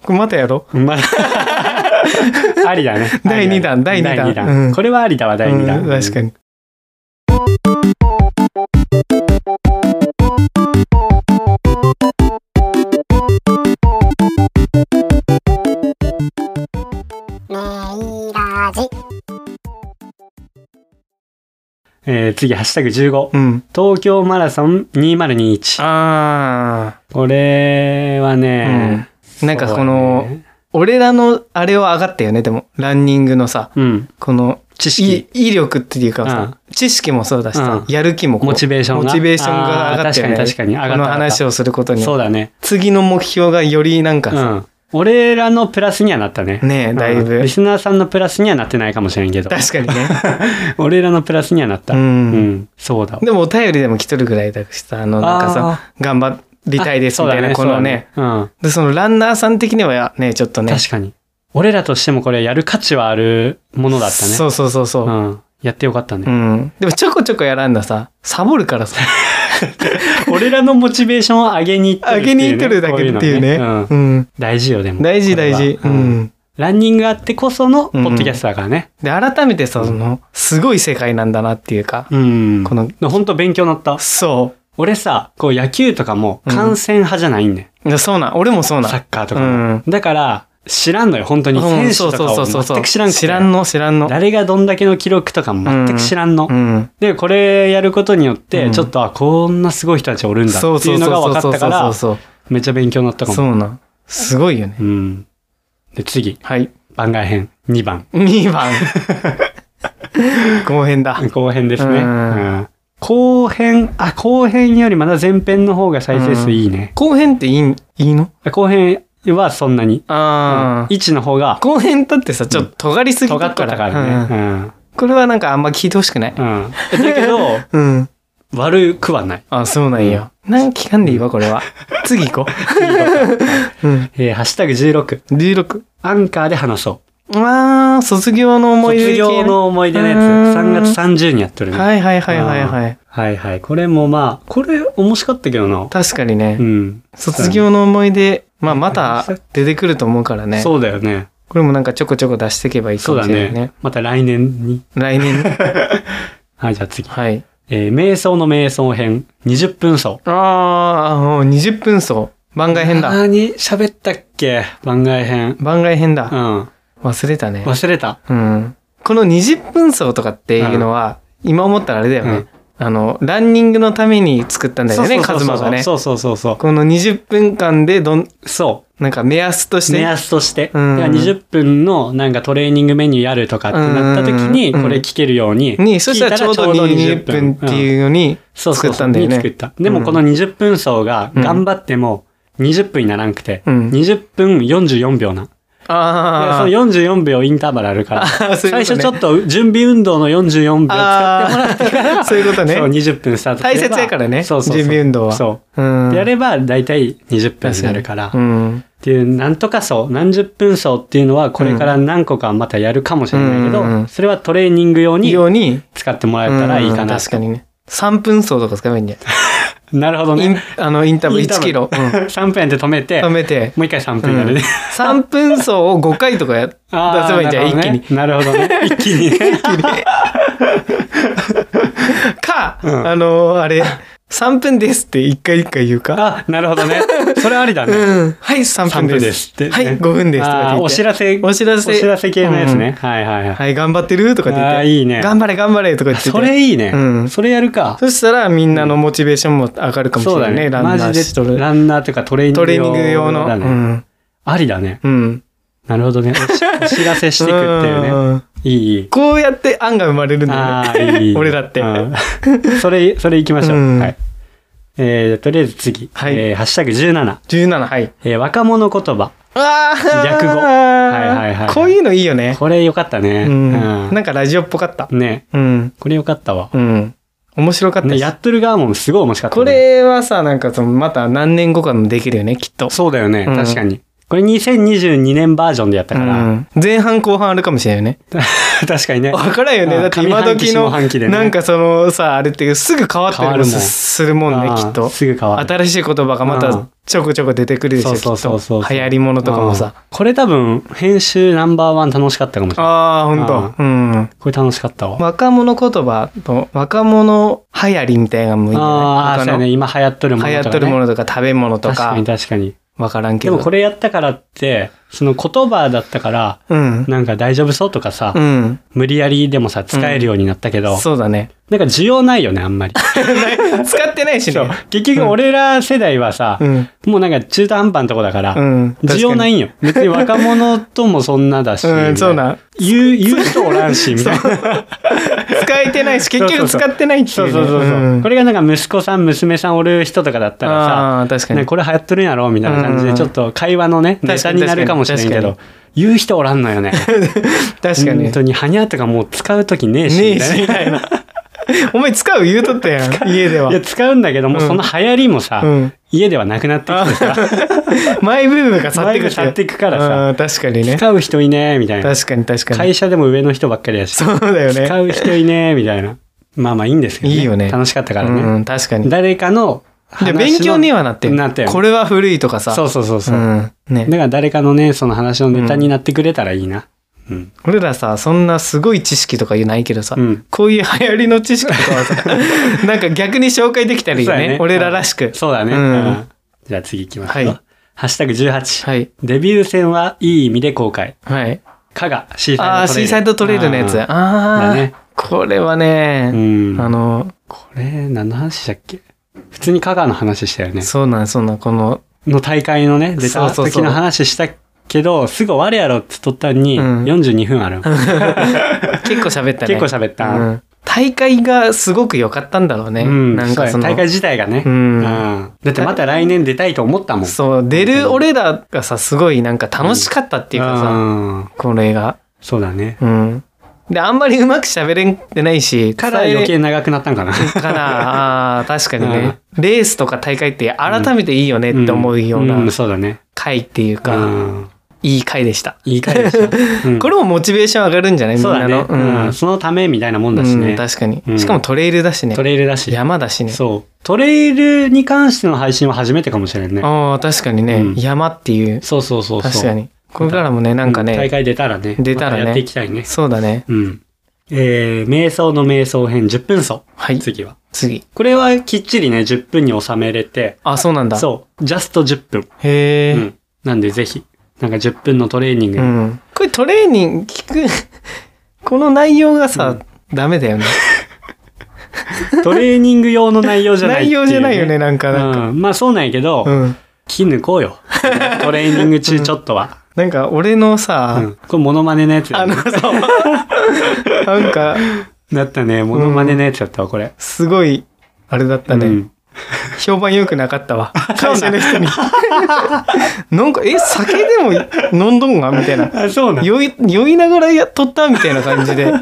Speaker 2: これまたやろ
Speaker 1: まあ、あ りだね。
Speaker 2: 第二弾第二弾うん
Speaker 1: これはありだわ、第二弾。
Speaker 2: うん確か
Speaker 1: に。
Speaker 2: に。
Speaker 1: えー次、ハッシュタグ15。
Speaker 2: うん。
Speaker 1: 東京マラソン2021。
Speaker 2: あ
Speaker 1: これは
Speaker 2: あ。
Speaker 1: ね、
Speaker 2: うん。なんかこの、俺らのあれは上がったよね、でも。ランニングのさ、
Speaker 1: そうだね、うん。
Speaker 2: この、
Speaker 1: 知識。
Speaker 2: い威力っていうかさ、知識もそうだしさ、
Speaker 1: うん
Speaker 2: やる気もこう
Speaker 1: モチベーションが
Speaker 2: モチベーションが上がったよね。
Speaker 1: あー確かに確かに上がった上
Speaker 2: こ
Speaker 1: が
Speaker 2: の
Speaker 1: った
Speaker 2: 話をすることに。
Speaker 1: そうだね。
Speaker 2: 次の目標がよりなんか
Speaker 1: う
Speaker 2: さ、
Speaker 1: ん。俺らのプラスにはなったね。
Speaker 2: ねえだいぶ
Speaker 1: うんリスナーさんのプラスにはなってないかもしれんけど。
Speaker 2: 確かに ね。
Speaker 1: 俺らのプラスにはなった。
Speaker 2: うん
Speaker 1: うんそうだ。
Speaker 2: でもお便りでも来とるぐらいだしさ、あの、なんか
Speaker 1: あ
Speaker 2: さ、頑張りたいですみたいな、
Speaker 1: あそ
Speaker 2: こ
Speaker 1: う
Speaker 2: の
Speaker 1: だ
Speaker 2: ね
Speaker 1: そうだね。うん。
Speaker 2: で、そのランナーさん的にはね、ちょっとね。
Speaker 1: 確かに。俺らとしてもこれやる価値はあるものだったね。
Speaker 2: そうそうそうそうう。
Speaker 1: ん。やってよかった
Speaker 2: う
Speaker 1: ね。
Speaker 2: ん。でもちょこちょこやらんださ、サボるか らさ、
Speaker 1: 俺らのモチベーションを上げにいってる
Speaker 2: 上
Speaker 1: ってい
Speaker 2: げ
Speaker 1: うね
Speaker 2: にいっとるだけっていうね。
Speaker 1: この
Speaker 2: う
Speaker 1: うん
Speaker 2: ん。
Speaker 1: 大事よ、でも。
Speaker 2: 大事大事
Speaker 1: こ。れ
Speaker 2: う
Speaker 1: はうん
Speaker 2: ん。
Speaker 1: ランニングあってこその、ポッドキャストだからね。
Speaker 2: で、改めてさその、すごい世界なんだなっていうか、
Speaker 1: うん。
Speaker 2: この、
Speaker 1: ほんと勉強になった。
Speaker 2: そ
Speaker 1: 俺さ、こう野球とかも観戦派じゃないんだよ。
Speaker 2: う。そうなん、俺もそうなん。
Speaker 1: サッカーとか
Speaker 2: う
Speaker 1: も
Speaker 2: ん。
Speaker 1: だから、知らんのよ、本当に。選
Speaker 2: うん
Speaker 1: 手
Speaker 2: そ
Speaker 1: と
Speaker 2: う
Speaker 1: か
Speaker 2: そうそうそ
Speaker 1: を
Speaker 2: うそう
Speaker 1: 全く知らんくて
Speaker 2: 知らんの、知らんの。
Speaker 1: 誰がどんだけの記録とかも全く知らんの。
Speaker 2: うん。
Speaker 1: で、これやることによっ
Speaker 2: う
Speaker 1: て、
Speaker 2: ん
Speaker 1: ちょっと、あ、こんなすごい人たちおるんだって
Speaker 2: そうそ
Speaker 1: いううのが
Speaker 2: そう
Speaker 1: 分か
Speaker 2: そ
Speaker 1: っ
Speaker 2: う
Speaker 1: た
Speaker 2: そ
Speaker 1: か
Speaker 2: うそ
Speaker 1: ら
Speaker 2: う、そ
Speaker 1: めっちゃ勉強になった
Speaker 2: う。
Speaker 1: か
Speaker 2: そ
Speaker 1: も。
Speaker 2: うなん。すごいよね。
Speaker 1: うん。で、次、
Speaker 2: はい。
Speaker 1: 番外編2番。
Speaker 2: 2番。 後編だ。
Speaker 1: 後編ですね。
Speaker 2: う
Speaker 1: うんん後編、あ、後編よりまだ前編の方が再生数いいね。
Speaker 2: 後編っていいいいの
Speaker 1: 後編はそんなに。
Speaker 2: ああ、
Speaker 1: 1の方が
Speaker 2: 後編だってさ、ちょっと尖りすぎ
Speaker 1: 尖
Speaker 2: た
Speaker 1: っと
Speaker 2: か
Speaker 1: った
Speaker 2: ら。
Speaker 1: から
Speaker 2: うん
Speaker 1: ね。
Speaker 2: これはなんかあんま聞いてほしくない。
Speaker 1: うん。うん。だけど、
Speaker 2: うん。
Speaker 1: 悪くはない。
Speaker 2: あ、そうなんや。なんか聞かんでいいわ、こ れは。次行こう。うん。
Speaker 1: えーハッシュタグ16。
Speaker 2: 16。
Speaker 1: アンカーで話そう。
Speaker 2: ああ、卒業の思い出
Speaker 1: 卒
Speaker 2: 系
Speaker 1: 業の思い出のやつ。
Speaker 2: うーん
Speaker 1: 3月30にやってるね。
Speaker 2: はいはいはいはいはい。
Speaker 1: はいはい。これもまあ、これ面白かったけどな。
Speaker 2: 確かにね
Speaker 1: う。ん。
Speaker 2: 卒業の思い出、まあまた出てくると思うからね。
Speaker 1: そうだよね。
Speaker 2: これもなんかちょこちょこ出していけばいいか
Speaker 1: そう
Speaker 2: も
Speaker 1: だ
Speaker 2: しれないね
Speaker 1: ね。。また来年に。
Speaker 2: 来 年ね。
Speaker 1: はい、じゃあ次。
Speaker 2: はい。
Speaker 1: えー瞑想の瞑想編、20分走。
Speaker 2: ああ、もう20分走。番外編だ。
Speaker 1: 何喋ったっけ番外編。
Speaker 2: 番外編
Speaker 1: う
Speaker 2: だ。
Speaker 1: ん。
Speaker 2: 忘れたね。
Speaker 1: 忘れた。
Speaker 2: うん。この20分走とかっていうのは、今思ったらあれだよね。
Speaker 1: うん
Speaker 2: あの、ランニングのために作ったんだよね、
Speaker 1: そ
Speaker 2: カ
Speaker 1: うそ
Speaker 2: ズ
Speaker 1: うそう
Speaker 2: マがね。
Speaker 1: そうそうそうそう。
Speaker 2: この20分間でどん、
Speaker 1: そ
Speaker 2: なんか目安とし
Speaker 1: う。目
Speaker 2: て、
Speaker 1: 安として。
Speaker 2: うん
Speaker 1: だから20分のなんかトレーニングメニューやるとかってなった時に、
Speaker 2: うん
Speaker 1: これ聞けるように。
Speaker 2: に、そしたらちょうど20分って
Speaker 1: うん。
Speaker 2: いうのに
Speaker 1: そう
Speaker 2: 作
Speaker 1: そうそう
Speaker 2: ったんだよ
Speaker 1: 作っ
Speaker 2: ね。
Speaker 1: た。でもこの20分走が頑張っても20分にならんくて、
Speaker 2: うん
Speaker 1: 20分44秒な。いやその
Speaker 2: ああ。
Speaker 1: 44秒インターバルあるから、
Speaker 2: ーそういうこと
Speaker 1: 最
Speaker 2: ね
Speaker 1: 初ちょっと準備運動の44秒使ってもらってから、
Speaker 2: そういうことね
Speaker 1: そう、20分スタートすれば
Speaker 2: 大切やからね
Speaker 1: そうそうそう
Speaker 2: 準備運動は
Speaker 1: そ
Speaker 2: うん
Speaker 1: う。やれば大体20分になるから、
Speaker 2: うん。
Speaker 1: っていう、なんとか層、何十分層っていうのは、これから何個かまたやるかもしれないけど、
Speaker 2: うんうん
Speaker 1: それはトレーニング用に
Speaker 2: ように、
Speaker 1: 使ってもらえたらいいか
Speaker 2: うん
Speaker 1: な。
Speaker 2: 確かにね。3分走とか使えばいいんじゃない
Speaker 1: なるほど
Speaker 2: イン
Speaker 1: ね。
Speaker 2: あの、インターバル
Speaker 1: インター
Speaker 2: 1
Speaker 1: バル
Speaker 2: キロ。うん
Speaker 1: 3分で止めて、
Speaker 2: 止
Speaker 1: も
Speaker 2: めて。
Speaker 1: う一回3分やるね。
Speaker 2: 3分走を5回とかや出せ
Speaker 1: あー
Speaker 2: ばいいんじゃない一気に。。
Speaker 1: なるほど ねなるほどね。一気に ね。
Speaker 2: か、
Speaker 1: うん
Speaker 2: あのーあれ、3分ですって一回一回言うか。
Speaker 1: あ、なるほどね。それありだね。
Speaker 2: うん。はい、3分です。
Speaker 1: 3分ですってね
Speaker 2: はい、5分ですとかって
Speaker 1: あ
Speaker 2: 言
Speaker 1: ー
Speaker 2: って。
Speaker 1: お知らせ、
Speaker 2: お知らせ
Speaker 1: お知らせ系のやつね。はいはいはい。
Speaker 2: はい、頑張ってるとかって言って。
Speaker 1: あーいいね
Speaker 2: 頑張れ、頑張れとか言ってて。
Speaker 1: それいいね
Speaker 2: う。ん
Speaker 1: それやるか。
Speaker 2: そしたらみんなのモチベーションも上がるかもし
Speaker 1: そ
Speaker 2: れ
Speaker 1: う
Speaker 2: な
Speaker 1: だ
Speaker 2: いね。
Speaker 1: ね。
Speaker 2: ランナ
Speaker 1: マ
Speaker 2: ーし
Speaker 1: ジ
Speaker 2: と
Speaker 1: で
Speaker 2: る。
Speaker 1: ランナーというかトレーニング
Speaker 2: トレーニング用の。
Speaker 1: だ
Speaker 2: う
Speaker 1: ね
Speaker 2: ん。
Speaker 1: ありだね。
Speaker 2: うん。
Speaker 1: なるほどね。おしお知らせしていくっていうね。
Speaker 2: うん
Speaker 1: いい、いい。
Speaker 2: こうやって案が生まれるんだ
Speaker 1: ああ、
Speaker 2: よね。
Speaker 1: いい。
Speaker 2: 俺だって。
Speaker 1: うん。それ、それ行きましょ
Speaker 2: う
Speaker 1: う。
Speaker 2: ん
Speaker 1: はい。えーとりあえず次。
Speaker 2: はい
Speaker 1: えーハッシュタグ17。
Speaker 2: 17、はい。
Speaker 1: えー若者言葉。
Speaker 2: ああ
Speaker 1: 略語はいはいはい
Speaker 2: こういうのいいよね。
Speaker 1: これよかったね。
Speaker 2: うん。
Speaker 1: う
Speaker 2: なんかラジオっぽかった。
Speaker 1: ん。ね。
Speaker 2: うん。
Speaker 1: これよかったわ。
Speaker 2: うん。面白かった
Speaker 1: ね、
Speaker 2: し
Speaker 1: やっとる側もすごい面白かった、
Speaker 2: こ
Speaker 1: ね。
Speaker 2: れはさ、なんかその、また何年後かもできるよね、きっと。
Speaker 1: そうだよね、
Speaker 2: うん
Speaker 1: 確かに。これ2022年バージョンでやった
Speaker 2: う
Speaker 1: から。
Speaker 2: ん。前半後半あるかもしれないよね。
Speaker 1: 確かにね。
Speaker 2: わからんよね。
Speaker 1: うん
Speaker 2: だって今時の、
Speaker 1: 上半期下半期でね
Speaker 2: なんかそのさ、あれってすぐ変わった
Speaker 1: 変わ
Speaker 2: り
Speaker 1: る
Speaker 2: も
Speaker 1: もん
Speaker 2: すするもんね、
Speaker 1: あ
Speaker 2: き
Speaker 1: ー
Speaker 2: っと。
Speaker 1: すぐ変わる。
Speaker 2: 新しい言葉がま
Speaker 1: う
Speaker 2: た
Speaker 1: ん
Speaker 2: ちょくちょく出てくるでし
Speaker 1: そう
Speaker 2: ょ、きっ
Speaker 1: そうそうそう
Speaker 2: と。流行りものとかもさ。
Speaker 1: うん。これ多分、編集ナンバーワン楽しかったかもしれない。
Speaker 2: ああ、ほんと。うん。
Speaker 1: これ楽しかったわ。
Speaker 2: 若者言葉と若者流行りみたいなのもいいんじゃ
Speaker 1: ああ、
Speaker 2: な
Speaker 1: そうや
Speaker 2: い他の
Speaker 1: ね。今流行っとるもの
Speaker 2: 流
Speaker 1: とか、
Speaker 2: 行
Speaker 1: ね。
Speaker 2: っとるものとか食べ物と
Speaker 1: 確か
Speaker 2: か
Speaker 1: に、確かに。
Speaker 2: わからんけ
Speaker 1: で
Speaker 2: ど。
Speaker 1: もこれやったからって、その言葉だったから、
Speaker 2: うん。
Speaker 1: なんか大丈夫そうとかさ、
Speaker 2: うん。
Speaker 1: 無理やりでもさ、使えるようになったけど、
Speaker 2: そうだね。
Speaker 1: なんか需要ないよね、あん まり。
Speaker 2: 使ってないし
Speaker 1: そう
Speaker 2: ね。
Speaker 1: 結局俺ら世代はさ、
Speaker 2: うん。
Speaker 1: もうなんか中途半端なとこだから、
Speaker 2: うん。。
Speaker 1: 需要ないいんよ。別に若者ともそんなだし、
Speaker 2: うん、そうなん。
Speaker 1: 言う、言う人おらんし、みたいな。
Speaker 2: 使えてないし、結
Speaker 1: そうそ
Speaker 2: 局
Speaker 1: うそ
Speaker 2: 使
Speaker 1: う
Speaker 2: ってないってい
Speaker 1: そうう
Speaker 2: ね。
Speaker 1: そうそうそう、
Speaker 2: ん
Speaker 1: これがなんか息子さん、娘さんおる人とかだったらさ、
Speaker 2: ああー、確か
Speaker 1: ね、
Speaker 2: に。
Speaker 1: これ流行ってるんやろみたいな感じ
Speaker 2: うんう
Speaker 1: で、
Speaker 2: ん
Speaker 1: ちょっと会話のね、
Speaker 2: 確かに
Speaker 1: ネタになるかもしれんけ
Speaker 2: 確
Speaker 1: ど、言う人おらんのよね。
Speaker 2: 確かに
Speaker 1: 本。当に、はにゃとかもう使うときねえし。
Speaker 2: ねえ
Speaker 1: みたい
Speaker 2: し、
Speaker 1: な
Speaker 2: みたいな。お前使う言うとったやん、家ではい
Speaker 1: や、。使うんだけども、
Speaker 2: うん
Speaker 1: その流行りもさ、
Speaker 2: うん。
Speaker 1: 家ではなくなってきてさ、
Speaker 2: マイブームが去ってく
Speaker 1: マイブーム去ってくからさ
Speaker 2: うん確かに ね。
Speaker 1: 使う人いねえ、みたいな。
Speaker 2: 確かに確かに。
Speaker 1: 会社でも上の人ばっかりやし、
Speaker 2: そうだよね。
Speaker 1: 使う人い ねえ、みたいな。まあまあいいんですけど、
Speaker 2: いいよね
Speaker 1: 楽しかったからね。
Speaker 2: うん、確かに。
Speaker 1: 誰かの話
Speaker 2: で、
Speaker 1: の
Speaker 2: 勉強にはなってる
Speaker 1: なってる
Speaker 2: これは古いとかさ。
Speaker 1: そうそうそうそう。
Speaker 2: うん。ね
Speaker 1: だ。から誰かのね、その話のネタになってくれたらいいな。うん。
Speaker 2: 俺らさ、そんなすごい知識とか言うないけどさ、
Speaker 1: うん
Speaker 2: こういう流行りの知識とかは さ、なんか逆に紹介できたらいいよ
Speaker 1: そうや
Speaker 2: ね。
Speaker 1: ね
Speaker 2: 俺ららしく。
Speaker 1: そうだね。
Speaker 2: うん
Speaker 1: うんじゃあ次行きましょ
Speaker 2: は
Speaker 1: う。ハッシュタグ18。
Speaker 2: はい。
Speaker 1: デビュー戦はいい意味で公開。
Speaker 2: はい。
Speaker 1: 加賀、シーサイドトレイル。
Speaker 2: ああー、シーサイドトレイルのやつ。あ
Speaker 1: あ
Speaker 2: あ
Speaker 1: だ
Speaker 2: ー、
Speaker 1: ね
Speaker 2: これは
Speaker 1: ー。う
Speaker 2: ね、
Speaker 1: ん。
Speaker 2: あの、
Speaker 1: これ、何の話したっけ普通に加賀の話したよね。
Speaker 2: そうなん、そうなん、この、
Speaker 1: の大会のね、出
Speaker 2: そう
Speaker 1: た
Speaker 2: そうそう
Speaker 1: 時の話したけど、すぐ終わるやろって取ったのに、
Speaker 2: うん
Speaker 1: 42分ある。
Speaker 2: 結構喋ったね。
Speaker 1: 結構喋った。
Speaker 2: う
Speaker 1: うん
Speaker 2: 大会がすごく良かったんだろうね。
Speaker 1: ん。
Speaker 2: なん
Speaker 1: そう
Speaker 2: か
Speaker 1: や
Speaker 2: その、
Speaker 1: 大会自体がね。
Speaker 2: うん
Speaker 1: だってまた来年出たいと思ったもん。
Speaker 2: そう、出る俺らがさ、すごいなんか楽しかったっていうかさ、
Speaker 1: うん
Speaker 2: これが。
Speaker 1: そうだね。
Speaker 2: うん。で、あんまりうまく喋れてないし、
Speaker 1: から
Speaker 2: 伝え
Speaker 1: 余計長くなったんか な。
Speaker 2: かな、あー確かにね、レースとか大会って改めていいよねって思うよう
Speaker 1: うん
Speaker 2: なん
Speaker 1: そうだね。
Speaker 2: 回っていう
Speaker 1: う
Speaker 2: か、
Speaker 1: ん。
Speaker 2: いい回でした。
Speaker 1: いい回で した。うん
Speaker 2: これもモチベーション上がるんじゃないみん
Speaker 1: そう
Speaker 2: な
Speaker 1: だね。
Speaker 2: の。
Speaker 1: うん。そのためみたいなもんだし
Speaker 2: うん
Speaker 1: ね。
Speaker 2: 確かに、
Speaker 1: うん
Speaker 2: しかもトレイルだしね
Speaker 1: トレイルだし。
Speaker 2: 山だしね
Speaker 1: そう。トレイルに関しての配信は初めてかもしれんね。
Speaker 2: ああ確かにね、
Speaker 1: うん
Speaker 2: 山っていう
Speaker 1: そうそうそうそう。
Speaker 2: 確かにこれからもねなんか
Speaker 1: う大
Speaker 2: ね、
Speaker 1: 会出たらね。
Speaker 2: 出たらね
Speaker 1: まやっていきたいね。
Speaker 2: そうだね
Speaker 1: うん。えー、瞑想の瞑想編10分走。
Speaker 2: はい
Speaker 1: 次は。
Speaker 2: 次
Speaker 1: これはきっちりね、10分に収めれて、
Speaker 2: あそうなんだ
Speaker 1: そう、ジャスト10分。
Speaker 2: へえ、
Speaker 1: う
Speaker 2: うん
Speaker 1: ん。なんでぜひ、なんか10分のトレーニングに
Speaker 2: これトレーニング聞く この内容がさ、ダメだよね
Speaker 1: トレーニング用の内容じゃないってうね、
Speaker 2: 内容じゃないよねなんかなんか
Speaker 1: うん、まあそうなんやけど、
Speaker 2: うん、
Speaker 1: 気抜こうよ。トレーニング中ちょっとは。
Speaker 2: なんか俺の
Speaker 1: う
Speaker 2: さ、
Speaker 1: ん、これモノマネのやつ
Speaker 2: あ
Speaker 1: だ,、
Speaker 2: の
Speaker 1: ね、
Speaker 2: そうなんか
Speaker 1: だったね。モノマネのやつだったわ、これ。
Speaker 2: すごいあれだったね、
Speaker 1: うん
Speaker 2: 評判良くなかった わ。会社の人に。 なんか、え、酒でも飲んどんがみたいな。
Speaker 1: あ、そうなん
Speaker 2: 酔い、酔いながらやっとったみたいな感 じで。う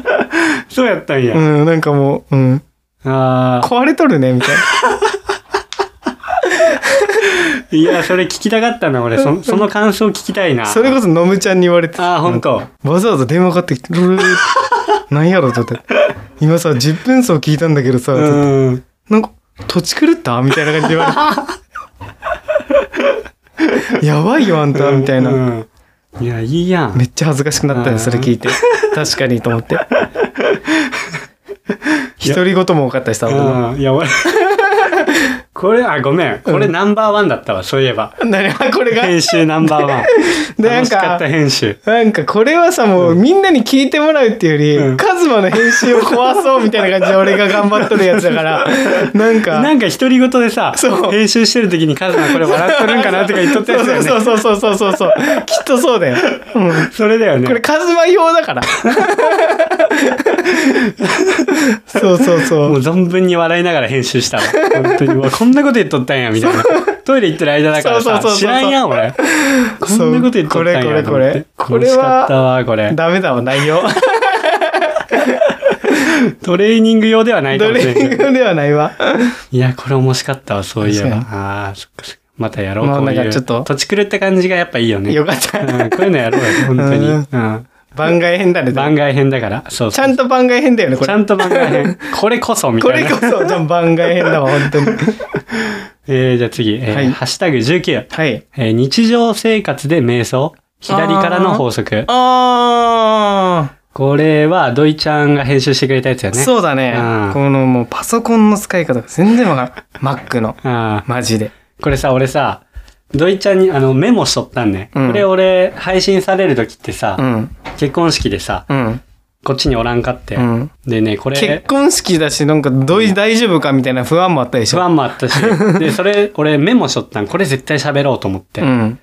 Speaker 1: そうやったんや。
Speaker 2: ん、なんかもう、うん、
Speaker 1: ああ。
Speaker 2: 壊れとるね、みたい
Speaker 1: いや、それ聞きたかったな、俺。そその感想聞きたいな。
Speaker 2: それこそのむちゃんに言われて
Speaker 1: あー、ほんと。
Speaker 2: わざわざ電話かかってきて、ルルルルってなんやろと思って。今さ、10分走聞いたんだけどさ、
Speaker 1: うん。
Speaker 2: なんか、土地狂ったみたいな感じで言わ れて。やばいよ、あんた、みたいな。
Speaker 1: うん。いや、いいやん。
Speaker 2: めっちゃ恥ずかしくなった
Speaker 1: う
Speaker 2: よ、
Speaker 1: ん
Speaker 2: それ聞 いて。確かに、と思 って。独り言も多かったしさ、俺の
Speaker 1: うん。いや、 俺。これ、あ、ごめん。これナンバーワンだったわ、そういえば。
Speaker 2: 何あこれが。
Speaker 1: 編集ナンバーワン。
Speaker 2: でなん
Speaker 1: 楽しか
Speaker 2: か
Speaker 1: った、編集。
Speaker 2: なんかこれはさ、もうみんなに聞いてもらうっていうより、
Speaker 1: うん
Speaker 2: カズマの編集を壊そうみたいな感じで俺が頑張っとるやつだ から、なんか。
Speaker 1: なんか独り言でさ
Speaker 2: そ、う
Speaker 1: 編集してる時にカズマこれ笑っとるんかなとか言っとったやつだよね。
Speaker 2: そうそうそうそうそうそうそう。きっとそうだよ。うん。
Speaker 1: それだよね。
Speaker 2: これカズマ用だから。 そうそうそ
Speaker 1: も
Speaker 2: う。
Speaker 1: う存分に笑いながら編集したわ。本当に。うわこんなこと言っとったんや、みたいな。トイレ行ってる間だから
Speaker 2: そう
Speaker 1: さ
Speaker 2: そうそう、そう
Speaker 1: 知らんやん、俺。こんなこと言っとったんや。
Speaker 2: そうこれこれ
Speaker 1: と思って
Speaker 2: これこ
Speaker 1: 楽
Speaker 2: れ
Speaker 1: しかったわ、これ。
Speaker 2: ダメだわ、内容。
Speaker 1: トレーニング用ではないか
Speaker 2: ド
Speaker 1: もし
Speaker 2: レ
Speaker 1: れ
Speaker 2: ーニ
Speaker 1: ん
Speaker 2: ン
Speaker 1: けど。
Speaker 2: グではないわ。
Speaker 1: いや、これ面白かったわ、そういえば。
Speaker 2: 確
Speaker 1: ああ、そっかそっか。またやろう、
Speaker 2: まあ
Speaker 1: こう
Speaker 2: なん
Speaker 1: い
Speaker 2: か
Speaker 1: う。
Speaker 2: ちょっと
Speaker 1: 土地狂った感じがやっぱいいよね。
Speaker 2: よかった
Speaker 1: う。んこういうのやろう よ、本当に。
Speaker 2: う
Speaker 1: うんん。
Speaker 2: 番外編だね。
Speaker 1: 番外編だから。そう
Speaker 2: ち
Speaker 1: そ
Speaker 2: ゃ
Speaker 1: う。
Speaker 2: んと番外編だよね、こ
Speaker 1: ちゃ
Speaker 2: れ。
Speaker 1: んと番外 編。これこそ、み
Speaker 2: こ
Speaker 1: たい
Speaker 2: れこ
Speaker 1: な。
Speaker 2: そ、じゃあ番外編だわ、本当に。
Speaker 1: えーじゃあ次、えー
Speaker 2: はい
Speaker 1: ハッシュタグ19。
Speaker 2: はい。
Speaker 1: えー日常生活で瞑想左からの法則
Speaker 2: あ
Speaker 1: これは土井ちゃんが編集してくれたやつよ
Speaker 2: ー、
Speaker 1: ね
Speaker 2: そうだね
Speaker 1: うん。
Speaker 2: このもうパソコンの使い方が全然わからん。Mac の。
Speaker 1: あ
Speaker 2: マジで。
Speaker 1: ーこれさ俺さ土井ちゃんにあのメモしとったんね、
Speaker 2: うん
Speaker 1: これ俺配信される時ってさ、
Speaker 2: うん。
Speaker 1: 結婚式でさ
Speaker 2: うん。
Speaker 1: こっちにおらんかって、
Speaker 2: うん
Speaker 1: でねこれ
Speaker 2: 結婚式だし、なんかどうい、大丈夫かみたいな不安もあったでし
Speaker 1: 不
Speaker 2: ょ。
Speaker 1: 安もあ ったしでそれ俺メモしとったんこれ絶対喋ろうと思って、
Speaker 2: うん。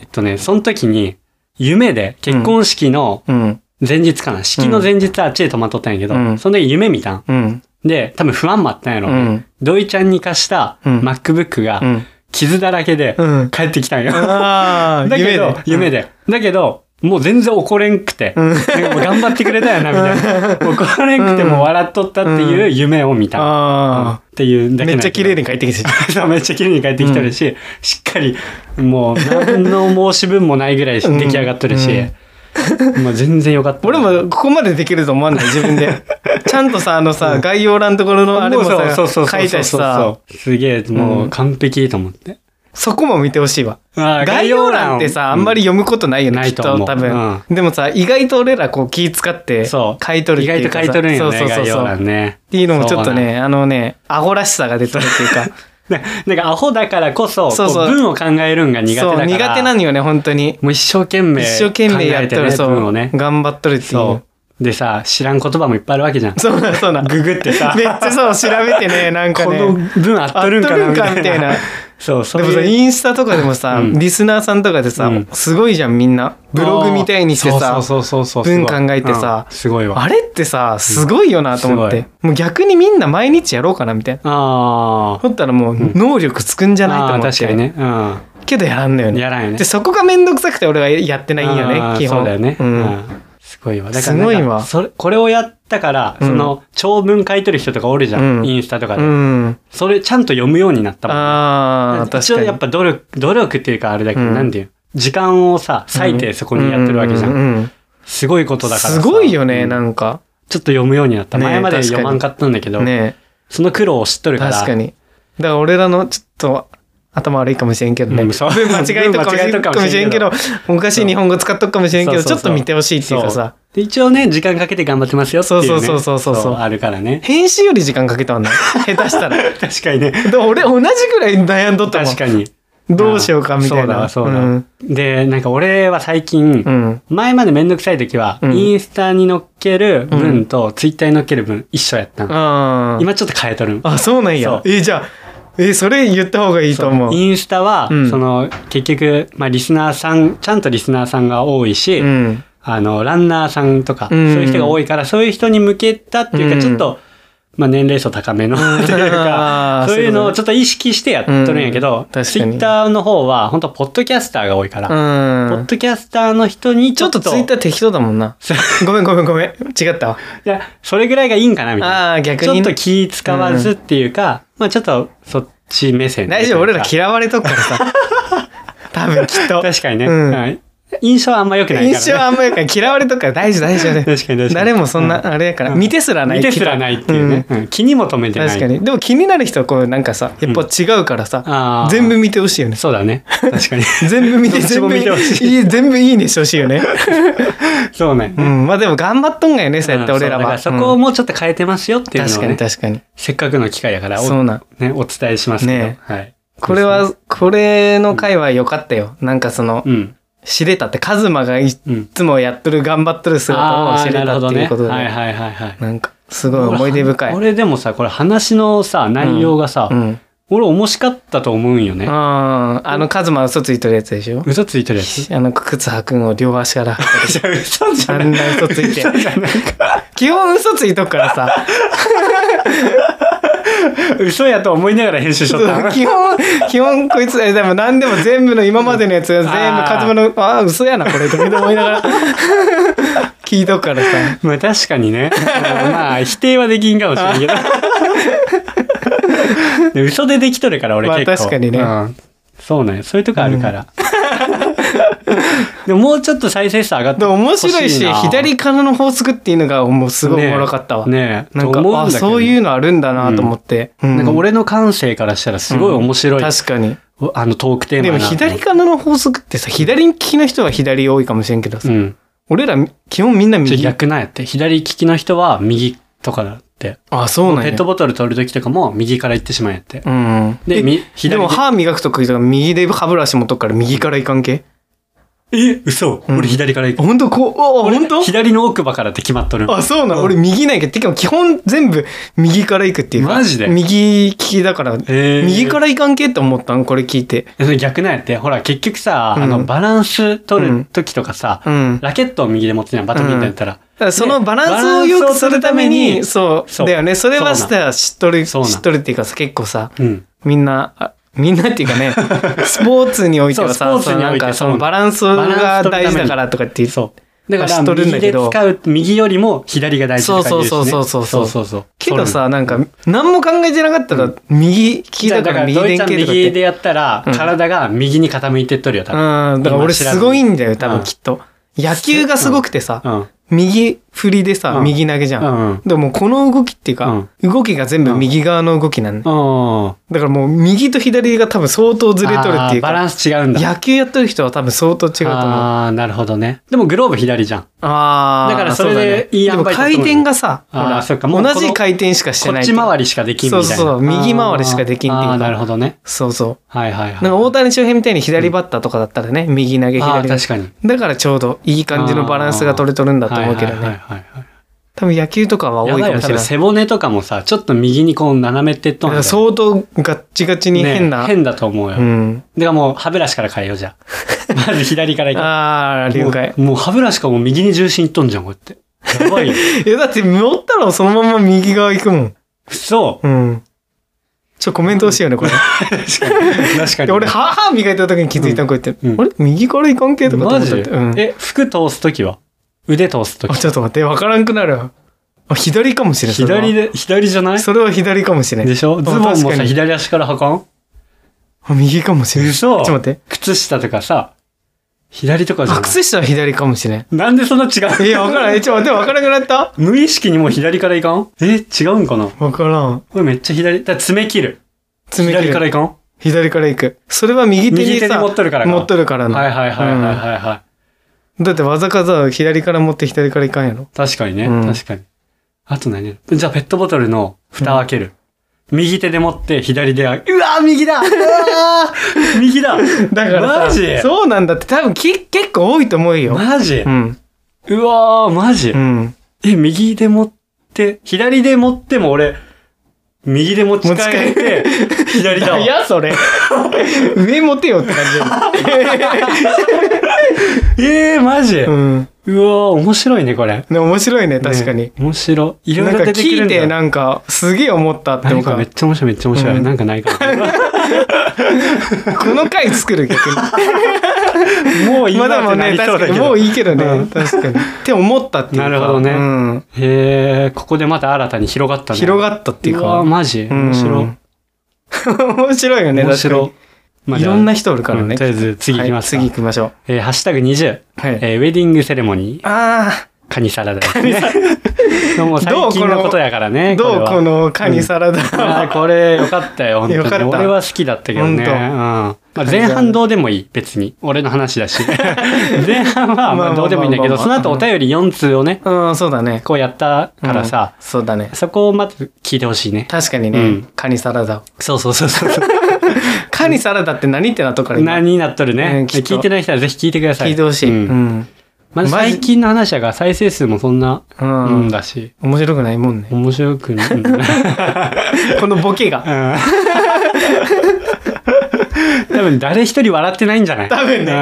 Speaker 1: えっとねその時に夢で結婚式の
Speaker 2: うん。
Speaker 1: 前日かな、式の前日あっちで泊まっとったんやけど、
Speaker 2: うん
Speaker 1: その時夢見たん
Speaker 2: うん。
Speaker 1: で、多分不安もあったんやろ。
Speaker 2: うん
Speaker 1: 土井ちゃんに貸した
Speaker 2: うん
Speaker 1: MacBook
Speaker 2: う
Speaker 1: が
Speaker 2: ん。
Speaker 1: 傷だらけで
Speaker 2: うん
Speaker 1: 帰ってきたんよ。
Speaker 2: あ あ、
Speaker 1: だけど、夢
Speaker 2: 夢で。
Speaker 1: で。だけもうもう全然怒れんくて、なんかもう頑張ってくれたよな、みたい な。もう怒れんくてもう笑っとったっていう夢を見た。うんっ
Speaker 2: あ
Speaker 1: ていう
Speaker 2: あ、
Speaker 1: だけな
Speaker 2: め
Speaker 1: んやけど
Speaker 2: っちゃ綺麗に帰ってきてる。
Speaker 1: そう めっちゃ綺麗に帰ってきてるし、しっかり、もう何の申し分もないぐらい出来上がってるし、もう全然良かった。
Speaker 2: 俺もここまでできると思わない、自分 で。ちゃんとさ、あのさ、概要欄のところのあれもさ、
Speaker 1: そうそうそうそうそう
Speaker 2: 書いたしさ、
Speaker 1: すげえ、もう完璧と思って。
Speaker 2: そこも見てほしいわ。
Speaker 1: あー
Speaker 2: 概要欄ってさ、あんまり読むことないよ
Speaker 1: な
Speaker 2: ね、き
Speaker 1: い
Speaker 2: っ
Speaker 1: と思
Speaker 2: と
Speaker 1: う
Speaker 2: 多分。
Speaker 1: う
Speaker 2: でもさ、意外と俺らこう気使って、書
Speaker 1: そう
Speaker 2: いとるっ
Speaker 1: 意外
Speaker 2: ていう
Speaker 1: と
Speaker 2: か
Speaker 1: 書
Speaker 2: さ
Speaker 1: いとるんよ
Speaker 2: そう
Speaker 1: ね、
Speaker 2: そう
Speaker 1: 概要
Speaker 2: そう。っ
Speaker 1: 欄ね。
Speaker 2: ていうのもちょっとね、あのね、顎らしさが出とるっていうか。
Speaker 1: な。なんかアホだからこそ、
Speaker 2: そうそう
Speaker 1: こう文を考えるん が苦手だ
Speaker 2: そ
Speaker 1: か
Speaker 2: う、
Speaker 1: ら。
Speaker 2: 苦手なのよね、本当に。
Speaker 1: もう一生懸命
Speaker 2: 一
Speaker 1: 考
Speaker 2: 生懸命や
Speaker 1: え
Speaker 2: ってとる、
Speaker 1: ね、
Speaker 2: そ
Speaker 1: 文を
Speaker 2: う。
Speaker 1: ね。
Speaker 2: 頑張っとるっていう
Speaker 1: そ。う。でさ、知らん言葉もいっぱいあるわけじゃん。
Speaker 2: そうな、そうな。
Speaker 1: ググってさ
Speaker 2: めっちゃそう、調べてね、なんか
Speaker 1: こ
Speaker 2: ね。
Speaker 1: の文あっとるんか
Speaker 2: 合っとるん
Speaker 1: な
Speaker 2: か
Speaker 1: み
Speaker 2: み
Speaker 1: た
Speaker 2: た
Speaker 1: い
Speaker 2: い
Speaker 1: な
Speaker 2: な。
Speaker 1: そう、そう
Speaker 2: でもさ、
Speaker 1: いう
Speaker 2: インスタとかでもさ、
Speaker 1: うん
Speaker 2: リスナーさんとかでさ、
Speaker 1: うん
Speaker 2: すごいじゃん、みんな。ブログみたいにして
Speaker 1: そ
Speaker 2: さ、
Speaker 1: うそうそうそう
Speaker 2: 文考えてさ
Speaker 1: うんすごいわ。
Speaker 2: あ
Speaker 1: あ
Speaker 2: れってさ、すごいよなと思っ
Speaker 1: うん
Speaker 2: て
Speaker 1: す。
Speaker 2: もう逆にみんな毎日やろうかな、みたいな。
Speaker 1: あー。
Speaker 2: ほったらもう、能力つくんじゃないと思って。
Speaker 1: あー確かにね。うん。
Speaker 2: けどやらんのよね。
Speaker 1: やらんよね
Speaker 2: で、そこがめんどくさくて俺はやってないんよ
Speaker 1: あー
Speaker 2: ね、基本。
Speaker 1: そうだよね。
Speaker 2: ん
Speaker 1: うんすごいわ。だからなんか
Speaker 2: すごいわ
Speaker 1: それ、これをやったから、
Speaker 2: うん
Speaker 1: その、長文書いてる人とかおるじゃん。
Speaker 2: うん
Speaker 1: インスタとか
Speaker 2: う
Speaker 1: で、
Speaker 2: ん。
Speaker 1: それ、ちゃんと読むようになったもん。
Speaker 2: ああ、確かに。
Speaker 1: 一応やっぱ努力、努力っていうかあれだけど、
Speaker 2: うん
Speaker 1: なんていう時間をさ、割いてそこにやってるわけじゃん。
Speaker 2: うううん
Speaker 1: すごいことだから
Speaker 2: す
Speaker 1: さ
Speaker 2: ごいよね、
Speaker 1: うんちょっ
Speaker 2: なんか。
Speaker 1: と読むようになった。
Speaker 2: ねえ
Speaker 1: 前まで読まんかったんだけど、
Speaker 2: ね
Speaker 1: その苦労を知っとるから。
Speaker 2: 確かに。だから俺らのちょっと頭悪いかもしれんけどね。
Speaker 1: うんそう
Speaker 2: 文間違えとくかもし
Speaker 1: 文間
Speaker 2: れん
Speaker 1: 違えとく
Speaker 2: か
Speaker 1: かも
Speaker 2: も
Speaker 1: し
Speaker 2: し
Speaker 1: れ
Speaker 2: れ
Speaker 1: ん
Speaker 2: ん
Speaker 1: け
Speaker 2: け
Speaker 1: ど
Speaker 2: ど、おかしい日本語使っとくかもしれんけど、
Speaker 1: そう
Speaker 2: ち
Speaker 1: そ
Speaker 2: ょ
Speaker 1: う
Speaker 2: っ
Speaker 1: そう
Speaker 2: と見てほしいっていうかさ。
Speaker 1: そうで一応ね、時間かけて頑張ってますよっていう、ね。
Speaker 2: そうそうそうそうそう
Speaker 1: あるから ね。
Speaker 2: 編集より時間かけたわね。下手した ら。で
Speaker 1: 確かにね。
Speaker 2: 俺同じぐらい悩んどったもん
Speaker 1: 確。かに。
Speaker 2: どうしようかみたいな。
Speaker 1: あそうだわそうだわ、
Speaker 2: うん
Speaker 1: で、なんか俺は最近、
Speaker 2: うん。
Speaker 1: 前までめんどくさい時は、
Speaker 2: うん
Speaker 1: インスタに載っける分と、ツイッターに載っける分一緒やったん。
Speaker 2: あー
Speaker 1: 今ちょっと変えとるん。
Speaker 2: あ、そうなん
Speaker 1: そ
Speaker 2: や
Speaker 1: う。
Speaker 2: え、じゃあ、え、それ言った方がいいと思う。
Speaker 1: インスタは、
Speaker 2: うん
Speaker 1: その、結局、まあ、リスナーさん、ちゃんとリスナーさんが多いし、
Speaker 2: うん。
Speaker 1: あの、ランナーさんとか、
Speaker 2: うん
Speaker 1: そういう人が多いから、そういう人に向けたっていうか、
Speaker 2: うん
Speaker 1: ちょっと、まあ、年齢層高めのっていうか
Speaker 2: あ、ー
Speaker 1: そういうのをちょっと意識してやっとるんやけ
Speaker 2: うん
Speaker 1: ど
Speaker 2: 確、かに
Speaker 1: ツイッターの方は、本当ポッドキャスターが多いから、
Speaker 2: う
Speaker 1: ポ
Speaker 2: ん
Speaker 1: ッ。ドキャスターの人に
Speaker 2: ちょっとツイッター適当だもんな。ごめんごめんごめん。違ったわ。
Speaker 1: いや、それぐらいがいいんかな、みたいな。
Speaker 2: ああ、逆
Speaker 1: ちょ
Speaker 2: に
Speaker 1: っ
Speaker 2: ね
Speaker 1: と。気使わずっていうか、まあちょっとそっち目線。
Speaker 2: 大丈夫、俺ら
Speaker 1: い。
Speaker 2: 嫌われとくからさ。 多分きっと。
Speaker 1: 確かにね、
Speaker 2: うん
Speaker 1: はい印象はあんま良くないから、ね。
Speaker 2: 印象あんまよくない嫌われとか大事大事大事。
Speaker 1: 確かに確かに
Speaker 2: 誰もそんな、あれやから、見てすらない。
Speaker 1: 見てすらないっていうね、うん気にも留めてない
Speaker 2: 確かにでも気になる人はこうなんかさやっぱ違うからさ、
Speaker 1: あー
Speaker 2: 全部見てほしいよね
Speaker 1: そうだね確か に
Speaker 2: 全部見て
Speaker 1: どっち
Speaker 2: 全
Speaker 1: も
Speaker 2: 部い
Speaker 1: 見てほし
Speaker 2: い全部いいねしてほしいよね、
Speaker 1: そうね、
Speaker 2: う
Speaker 1: うん
Speaker 2: ん、まあでも頑張っとんがよねそうやって俺
Speaker 1: そ
Speaker 2: ら
Speaker 1: うだか
Speaker 2: は
Speaker 1: そこをもうちょっと変えてますよって
Speaker 2: うん
Speaker 1: いうの
Speaker 2: 確
Speaker 1: を、
Speaker 2: か
Speaker 1: ね
Speaker 2: に確かに
Speaker 1: せっかくの機会やからお,、
Speaker 2: そうなん
Speaker 1: ね、お伝えしますけど、
Speaker 2: ね
Speaker 1: はい、
Speaker 2: これはこれの回は良かったよなんかその
Speaker 1: うん
Speaker 2: 知れたってカズマがい
Speaker 1: うん
Speaker 2: つもやっとる頑張っとる姿を
Speaker 1: あ
Speaker 2: 知
Speaker 1: あ
Speaker 2: れ
Speaker 1: なる
Speaker 2: た
Speaker 1: ほ
Speaker 2: っ
Speaker 1: ど
Speaker 2: てい
Speaker 1: ね
Speaker 2: うことで
Speaker 1: はいはいはいはい
Speaker 2: なんかすごい思い出深い
Speaker 1: 俺でもさこれ話のさ内容がさ、
Speaker 2: うん
Speaker 1: 俺面白かったと思うんよね、
Speaker 2: あーあのカズマ嘘ついてるやつでしょ
Speaker 1: 嘘ついてるやつ
Speaker 2: あの靴履くんを両足から 履く
Speaker 1: じゃあ嘘じ
Speaker 2: あ
Speaker 1: ゃない
Speaker 2: んな嘘ついて
Speaker 1: 嘘じゃない
Speaker 2: 基本嘘ついとくからさ
Speaker 1: 嘘やと思いながら編集しとった
Speaker 2: 基本基本こいつえでも何でも全部の今までのやつ全部
Speaker 1: あー
Speaker 2: カズマのああ嘘やなこれとか思いながら 聞いとくからさ
Speaker 1: まあ確かにね。うんまあ否定はできんかもしれ んけど。で嘘でできとるから俺
Speaker 2: まあ
Speaker 1: 結構。
Speaker 2: 確かにね
Speaker 1: うんそうね。そういうとこあるから。でももうちょっと再生数上がって
Speaker 2: でも面白いし
Speaker 1: 欲な
Speaker 2: 左からの法則っていうのがもうすごいおもろかったわ、
Speaker 1: ねえ
Speaker 2: なんか
Speaker 1: と思うん
Speaker 2: あ
Speaker 1: だけど
Speaker 2: そういうのあるんだなと思って、う
Speaker 1: なんか俺の感性からしたらすごい面白い、
Speaker 2: 確かに
Speaker 1: あのトークテーマ
Speaker 2: で
Speaker 1: や
Speaker 2: も
Speaker 1: な
Speaker 2: 左からの法則ってさ左利きの人は左多いかもしれんけどさ、
Speaker 1: うん。
Speaker 2: 俺ら基本みんな
Speaker 1: ちょ
Speaker 2: 右あ
Speaker 1: 逆なんやって。左利きの人は右とかだって。
Speaker 2: そうなん
Speaker 1: ペ
Speaker 2: や
Speaker 1: ットボトル取るときとかも右から行ってしまうんやって。
Speaker 2: うん
Speaker 1: で、み
Speaker 2: で
Speaker 1: 左
Speaker 2: も歯磨くときとか右で歯ブラシ持っとくから右からいかんけ
Speaker 1: え、嘘
Speaker 2: うん
Speaker 1: 俺左から行く。
Speaker 2: ほんとこう、あ、ほんと
Speaker 1: 左の奥歯からって決まっとる。
Speaker 2: あ、そうな
Speaker 1: う
Speaker 2: の
Speaker 1: ん
Speaker 2: 俺右なんやけど、てか基本全部右から行くっていうか。
Speaker 1: マジで
Speaker 2: 右利きだから、
Speaker 1: えー
Speaker 2: 右から行かんけって思ったんこれ聞いて。
Speaker 1: えそれ逆なんやって。ほら、結局さ、
Speaker 2: うん
Speaker 1: あの、バランス取る時とかさ、
Speaker 2: うん。だ
Speaker 1: ラケットを右で持ってないバドミントンやったら、
Speaker 2: からそのバランスを良くするため
Speaker 1: バラ
Speaker 2: に、
Speaker 1: ンス
Speaker 2: そう。
Speaker 1: そう
Speaker 2: だよね。それは
Speaker 1: そ
Speaker 2: し
Speaker 1: うな
Speaker 2: た知っとる、知
Speaker 1: そうな
Speaker 2: っとるっていうかさ、結構さ、
Speaker 1: うん。
Speaker 2: みんな、あみんなっていう かね、スポーツにおいては
Speaker 1: そ
Speaker 2: さ、
Speaker 1: うスポーツ
Speaker 2: その
Speaker 1: に
Speaker 2: な
Speaker 1: お
Speaker 2: ん
Speaker 1: いて
Speaker 2: かそ
Speaker 1: そ
Speaker 2: の
Speaker 1: う
Speaker 2: バランスが大事だからとかって言う。
Speaker 1: そう。だか
Speaker 2: 知
Speaker 1: ら、
Speaker 2: っとるんだ
Speaker 1: 右で
Speaker 2: けど
Speaker 1: 使う、右よりも左が大事って感じです、ね。
Speaker 2: そうそうそうそうそ
Speaker 1: そ
Speaker 2: う
Speaker 1: うそうそう。
Speaker 2: けどさ、なんか、何も考えてなかったら、右利き
Speaker 1: そうな
Speaker 2: だ
Speaker 1: んだ、
Speaker 2: から
Speaker 1: だ
Speaker 2: 右
Speaker 1: から、ドイ
Speaker 2: 連
Speaker 1: ツは
Speaker 2: 携とかっ
Speaker 1: 右
Speaker 2: て
Speaker 1: で。やったら、
Speaker 2: うん
Speaker 1: 体が右に傾いてっとるよ、多分。
Speaker 2: うん、だから俺すごいんだよ、多分
Speaker 1: うん
Speaker 2: きっと。野球がすごくてさ、
Speaker 1: うん。
Speaker 2: 右振りでさ、
Speaker 1: うん
Speaker 2: 右投げじゃん。
Speaker 1: うん。
Speaker 2: でももうこの動きっていうか、動きが全部右側の動きなんだ、
Speaker 1: うん。
Speaker 2: だからもう右と左が多分相当ずれとるっていう
Speaker 1: あーバラ
Speaker 2: か、
Speaker 1: ンス違うんだ。
Speaker 2: 野球やってる人は多分相当違うと思う。あ
Speaker 1: ああ、なるほどね。でもグローブ左じゃん。
Speaker 2: あー
Speaker 1: だからそれ
Speaker 2: うだ
Speaker 1: でいい塩梅
Speaker 2: でも回転がさ、ほ
Speaker 1: あー
Speaker 2: ら、
Speaker 1: そっかもう
Speaker 2: 同じ回転しかして
Speaker 1: こ
Speaker 2: ない
Speaker 1: っ
Speaker 2: ってい
Speaker 1: ち
Speaker 2: う。
Speaker 1: 回りしかできんみたいな。
Speaker 2: そうそう右回りしかできんっていうか
Speaker 1: あーあーなるほどね。
Speaker 2: そうそう。
Speaker 1: はいはいはい。
Speaker 2: なんか大谷翔平みたいに左バッターとかだったらね、右投げ
Speaker 1: あー
Speaker 2: 左投げ。
Speaker 1: 確かに。
Speaker 2: だからちょうどいい感じのバランスが取れとるんだと思うけどね。
Speaker 1: はいはいはいはい
Speaker 2: 多分野球とかは多
Speaker 1: や
Speaker 2: い
Speaker 1: ば
Speaker 2: か
Speaker 1: い
Speaker 2: も
Speaker 1: よ、
Speaker 2: し
Speaker 1: 多分
Speaker 2: れない。
Speaker 1: 背骨とかもさ、ちょっと右にこう斜めってっと
Speaker 2: だ
Speaker 1: ん
Speaker 2: か
Speaker 1: だ
Speaker 2: ら
Speaker 1: よ
Speaker 2: 相当ガッチガチに変な。
Speaker 1: ね変だと思うよ。
Speaker 2: う
Speaker 1: だか
Speaker 2: ん。
Speaker 1: らもう歯ブラシから変えようじゃ あまず左から行こ
Speaker 2: ああ、
Speaker 1: う。
Speaker 2: 了解。
Speaker 1: もうもう歯ブラシからもう右に重心いっとんじゃん、こうやって。やばいよ。
Speaker 2: いや、だって乗ったらそのまま右側行くもん。
Speaker 1: そう。
Speaker 2: うん。ちょ、コメント欲しいよね、これ。
Speaker 1: 確かに。確か
Speaker 2: で
Speaker 1: に。
Speaker 2: 俺、はーはー磨いた時に気づいたの、こうやって。
Speaker 1: うん
Speaker 2: あれ右から行かんけとかと
Speaker 1: マ
Speaker 2: 思っ
Speaker 1: ジ
Speaker 2: ちゃって。うん。
Speaker 1: え、服通すときは腕通すと
Speaker 2: あ、
Speaker 1: き。
Speaker 2: ちょっと待って、わからんくなるわ。あ、左かもしれん。それは
Speaker 1: 左で、左じゃない
Speaker 2: それは左かもしれん
Speaker 1: で。しょ
Speaker 2: あ
Speaker 1: ズボンも
Speaker 2: 確か
Speaker 1: さ、
Speaker 2: に
Speaker 1: 左足から履かん
Speaker 2: あ、右かもしれん。ちょ
Speaker 1: 嘘
Speaker 2: っと待って。
Speaker 1: 靴下とかさ、左とかじゃな
Speaker 2: あ、
Speaker 1: い
Speaker 2: 靴下は左かもしれん。
Speaker 1: なんでそんな違う
Speaker 2: いや、わからん。えちょ、待って、わからんくなった
Speaker 1: 無意識にもう左からいかんえ、違うんかな
Speaker 2: わからん。
Speaker 1: これめっちゃ左。だから爪切る。
Speaker 2: 爪切
Speaker 1: 左
Speaker 2: る
Speaker 1: からいかん
Speaker 2: 左から行く。それは右手に
Speaker 1: 右手に
Speaker 2: さ、
Speaker 1: 持っとるからか
Speaker 2: 持っとるからな
Speaker 1: はいはいはいはいはいはい。
Speaker 2: だってわざわざ左から持って左から行かんやろ。
Speaker 1: 確かにね、
Speaker 2: うん
Speaker 1: 確かに。あと何じゃあペットボトルの蓋を開ける。右手で持って左で開け、うわー右 だうわー右だ
Speaker 2: だからさ、
Speaker 1: マジ
Speaker 2: そうなんだって多分き結構多いと思うよ。
Speaker 1: マジ
Speaker 2: うん。
Speaker 1: うわーマジ
Speaker 2: うん。
Speaker 1: え、右で持って、左で持っても俺、右で持ち替えて、左だわ
Speaker 2: い。や、それ。上持てよって感じ
Speaker 1: ええー、マジ、う
Speaker 2: よ。うん。
Speaker 1: わー面白いね、これ。
Speaker 2: でも面白いね、確かに
Speaker 1: ね。面白い。いろ
Speaker 2: ないん
Speaker 1: ろ
Speaker 2: か
Speaker 1: 出てく
Speaker 2: 聞
Speaker 1: る
Speaker 2: い
Speaker 1: んだ。
Speaker 2: て、なんか、すげえ思ったって
Speaker 1: な
Speaker 2: 思
Speaker 1: ん
Speaker 2: う
Speaker 1: か
Speaker 2: か
Speaker 1: めっちゃ面白い、めっちゃ面白い。
Speaker 2: うん
Speaker 1: なんかないかな。
Speaker 2: この回作る逆に。
Speaker 1: も う今
Speaker 2: まだも
Speaker 1: ま
Speaker 2: う
Speaker 1: で
Speaker 2: ね、
Speaker 1: なりそうだ
Speaker 2: 確か
Speaker 1: け
Speaker 2: に。
Speaker 1: ど。
Speaker 2: もういいけど
Speaker 1: う
Speaker 2: ね、
Speaker 1: ん
Speaker 2: 確かに。って思ったっていうか。
Speaker 1: なるほどね
Speaker 2: うん。
Speaker 1: へえ、ここでまた新たに広がったね。
Speaker 2: 広
Speaker 1: っ
Speaker 2: がったっていう
Speaker 1: うわー
Speaker 2: か。
Speaker 1: マジ面白い。
Speaker 2: うん面白いよね、
Speaker 1: 面
Speaker 2: 確か
Speaker 1: 白
Speaker 2: に
Speaker 1: い。。まあ
Speaker 2: いろんな人おるから
Speaker 1: うん
Speaker 2: ね。
Speaker 1: とりあえず次行きますか
Speaker 2: はい次行きましょう。
Speaker 1: えーハッシュタグ20、
Speaker 2: はい
Speaker 1: えーウェディングセレモニー、
Speaker 2: あ
Speaker 1: カニサラダですね。 もう最近のことやから
Speaker 2: あ、
Speaker 1: ね。
Speaker 2: どう
Speaker 1: れは
Speaker 2: このカニサラダ。
Speaker 1: あーこれよかったよ、本
Speaker 2: よか
Speaker 1: 当
Speaker 2: った
Speaker 1: に。俺は好きだったけどね。
Speaker 2: 本
Speaker 1: うん
Speaker 2: 当
Speaker 1: まあ、前半どうでもいい、別に。俺の話 だし。前半は
Speaker 2: まあまあまあま
Speaker 1: まあ
Speaker 2: あ
Speaker 1: どうでもいいんだけど、その後お便り4通をね、
Speaker 2: うん、そうだね。
Speaker 1: こうやったからさ、
Speaker 2: うんそうだね。
Speaker 1: そこをまず聞いてほしいね。
Speaker 2: 確かに
Speaker 1: う
Speaker 2: ね
Speaker 1: ん、
Speaker 2: カニサラダを。
Speaker 1: そうそうそうそう。
Speaker 2: カニサラダって何ってなっとくから今
Speaker 1: 何になっとる
Speaker 2: う
Speaker 1: ね。
Speaker 2: んきっと
Speaker 1: 聞いてない人はぜひ聞いてください。
Speaker 2: 聞いてほしい。
Speaker 1: うん
Speaker 2: うん。
Speaker 1: まず最近の話やが再生数もそんな、
Speaker 2: う
Speaker 1: うんん。だし、
Speaker 2: 面白くないもんね。
Speaker 1: 面白くない。
Speaker 2: このボケが。
Speaker 1: 多分誰一人笑ってないんじゃない
Speaker 2: 多分ね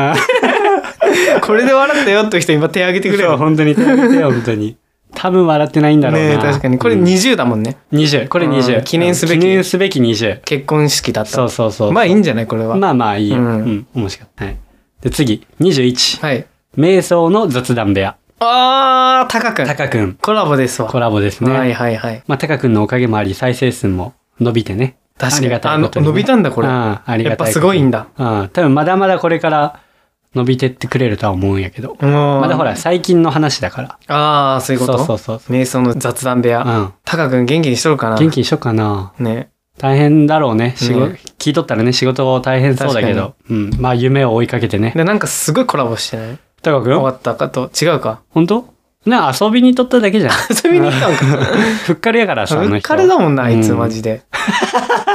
Speaker 1: うん
Speaker 2: これで笑ったよって人今手挙げてくれ
Speaker 1: そう、
Speaker 2: よ。
Speaker 1: 本当に手挙げてよ、本当に。多分笑ってないんだろうな。
Speaker 2: ねえ確かに。これ
Speaker 1: うん
Speaker 2: 20だもんね。
Speaker 1: 20、これ
Speaker 2: う
Speaker 1: 20。
Speaker 2: ん記念すべき
Speaker 1: 記念すべき20。
Speaker 2: 結婚式だった
Speaker 1: そう
Speaker 2: わ。
Speaker 1: そうそう。
Speaker 2: まあいいんじゃないこれは。
Speaker 1: まあまあいいよ。う
Speaker 2: うん
Speaker 1: ん、面白かった。はい。で、次、21。
Speaker 2: はい。
Speaker 1: 瞑想の雑談部屋。
Speaker 2: あー、タカくん。
Speaker 1: タカくん、
Speaker 2: コラボですわ。
Speaker 1: コラボですね。
Speaker 2: はいはいはい。
Speaker 1: まあ、タカくんのおかげもあり、再生数も伸びてね。
Speaker 2: 確か
Speaker 1: あり
Speaker 2: に。
Speaker 1: がたい
Speaker 2: あ
Speaker 1: こ
Speaker 2: の
Speaker 1: とにね
Speaker 2: 伸びたんだこれ。
Speaker 1: あああり
Speaker 2: や
Speaker 1: が
Speaker 2: った
Speaker 1: い。
Speaker 2: ぱすごいんだ。
Speaker 1: うん。多分まだまだこれから伸びてってくれるとは思うんやけど。ま
Speaker 2: ま
Speaker 1: だほ。ら、最近の話だから。
Speaker 2: あー、そういうこと
Speaker 1: そうそうそう。
Speaker 2: 瞑想の雑談部
Speaker 1: う
Speaker 2: 屋。
Speaker 1: ん。
Speaker 2: タカくん元気にしとるかな
Speaker 1: 元気にしよっかな。
Speaker 2: ね。
Speaker 1: 大変だろうね。仕事、
Speaker 2: ね
Speaker 1: 聞いとったらね、仕事大変そうだけど。うん。まあ、夢を追いかけてね。
Speaker 2: で、なんかすごいコラボしてない
Speaker 1: 高く
Speaker 2: 終わ
Speaker 1: ん
Speaker 2: ったかと。違うか。
Speaker 1: 本当ね、遊びに行っとっただけじゃん。
Speaker 2: 遊びに行ったんか。
Speaker 1: ふっかりやからさ、あの
Speaker 2: うっ
Speaker 1: 人。
Speaker 2: かれだもんな、あいつ、
Speaker 1: うん
Speaker 2: マジで。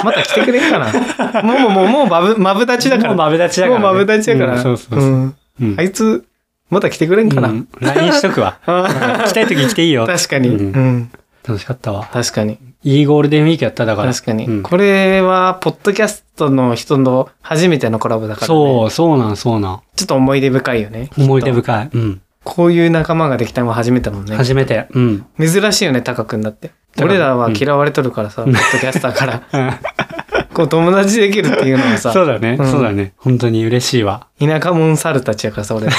Speaker 2: また来てくれんかな。もう、もう、もう、まぶ、まぶ立ちだか
Speaker 1: も
Speaker 2: ら。
Speaker 1: う
Speaker 2: も
Speaker 1: マブダチだから、
Speaker 2: う
Speaker 1: ね。
Speaker 2: まぶ立ちだから。
Speaker 1: うんそうそうそう。
Speaker 2: うん
Speaker 1: うん
Speaker 2: あいつ、また来てくれんか
Speaker 1: う
Speaker 2: な。
Speaker 1: ん LINE しとくわ。来たい時来ていいよ。
Speaker 2: 確かに。
Speaker 1: うん
Speaker 2: うん。
Speaker 1: 楽しかったわ。
Speaker 2: 確かに。
Speaker 1: いいゴールデンウィークやっただから。
Speaker 2: 確か
Speaker 1: う
Speaker 2: に。
Speaker 1: ん
Speaker 2: これは、ポッドキャストの人の初めてのコラボだからね。
Speaker 1: そう、そうなん、そうなん。
Speaker 2: ちょっと思い出深いよね。
Speaker 1: 思い出
Speaker 2: い。
Speaker 1: 深い。うん。
Speaker 2: こういう仲間ができたのは初めてだもんね。
Speaker 1: 初めて。うん。
Speaker 2: 珍しいよね、タカ君だって。
Speaker 1: から
Speaker 2: 俺らは嫌われとるからさ、ポッドキャスターから。 こう、友達できるっていうのはさ、
Speaker 1: そうだね、
Speaker 2: うん
Speaker 1: そうだね。本当に嬉しいわ。
Speaker 2: 田舎者猿たちやからさ、俺ら。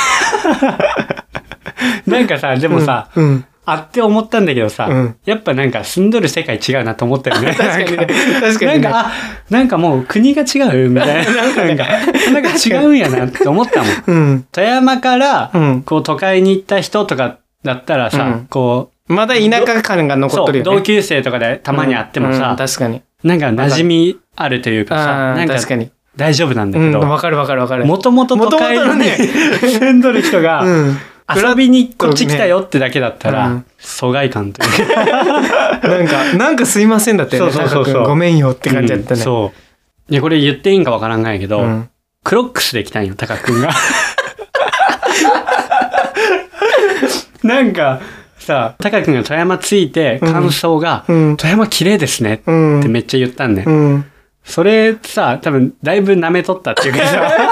Speaker 1: なんかさ、でもさ、
Speaker 2: うん。
Speaker 1: あって思ったんだけどさ、
Speaker 2: うん
Speaker 1: やっぱなんか住んどる世界違うなと思ったよね。
Speaker 2: 確かにね。確か
Speaker 1: な
Speaker 2: にね。
Speaker 1: んか、あ、なんかもう国が違うみたい な。なんか、なんか違うんやなって思ったもん。
Speaker 2: うん。
Speaker 1: 富山から
Speaker 2: う、ん。
Speaker 1: こう都会に行った人とかだったらさ、
Speaker 2: うん
Speaker 1: こ
Speaker 2: まだ田舎感が
Speaker 1: う、
Speaker 2: 残っ
Speaker 1: そ
Speaker 2: とる
Speaker 1: う、
Speaker 2: よね。
Speaker 1: 同級生とかでたまに会っても
Speaker 2: う
Speaker 1: さ
Speaker 2: ん、確かに。
Speaker 1: なんか馴染みあるというかさ、
Speaker 2: あ
Speaker 1: な
Speaker 2: あ、
Speaker 1: んか
Speaker 2: 確かに。
Speaker 1: 大丈夫なんだ
Speaker 2: う
Speaker 1: け
Speaker 2: ん。
Speaker 1: ど、
Speaker 2: わかるわかるわかる。
Speaker 1: もともと都会
Speaker 2: 元々の
Speaker 1: に
Speaker 2: ね
Speaker 1: 住んどる人が、
Speaker 2: うん。
Speaker 1: 遊びにこっち来たよってだけだったら、
Speaker 2: うん
Speaker 1: 疎外感というか。
Speaker 2: なんか、なんかすいませんだってよね、
Speaker 1: そうそうそうそう
Speaker 2: タカ君ごめんよって感じだった
Speaker 1: うん
Speaker 2: ね。
Speaker 1: そう。いや、これ言っていいんかわからんがやけど、
Speaker 2: うん。
Speaker 1: クロックスで来たんよ、タカ君 が。なんか、さ、タカ君が富山着いて、感想が、
Speaker 2: うん。
Speaker 1: 富山綺麗ですね
Speaker 2: う
Speaker 1: って
Speaker 2: ん。
Speaker 1: めっちゃ言ったんね。
Speaker 2: うん。
Speaker 1: それさ、多分、だいぶ舐めとったっていうかさ、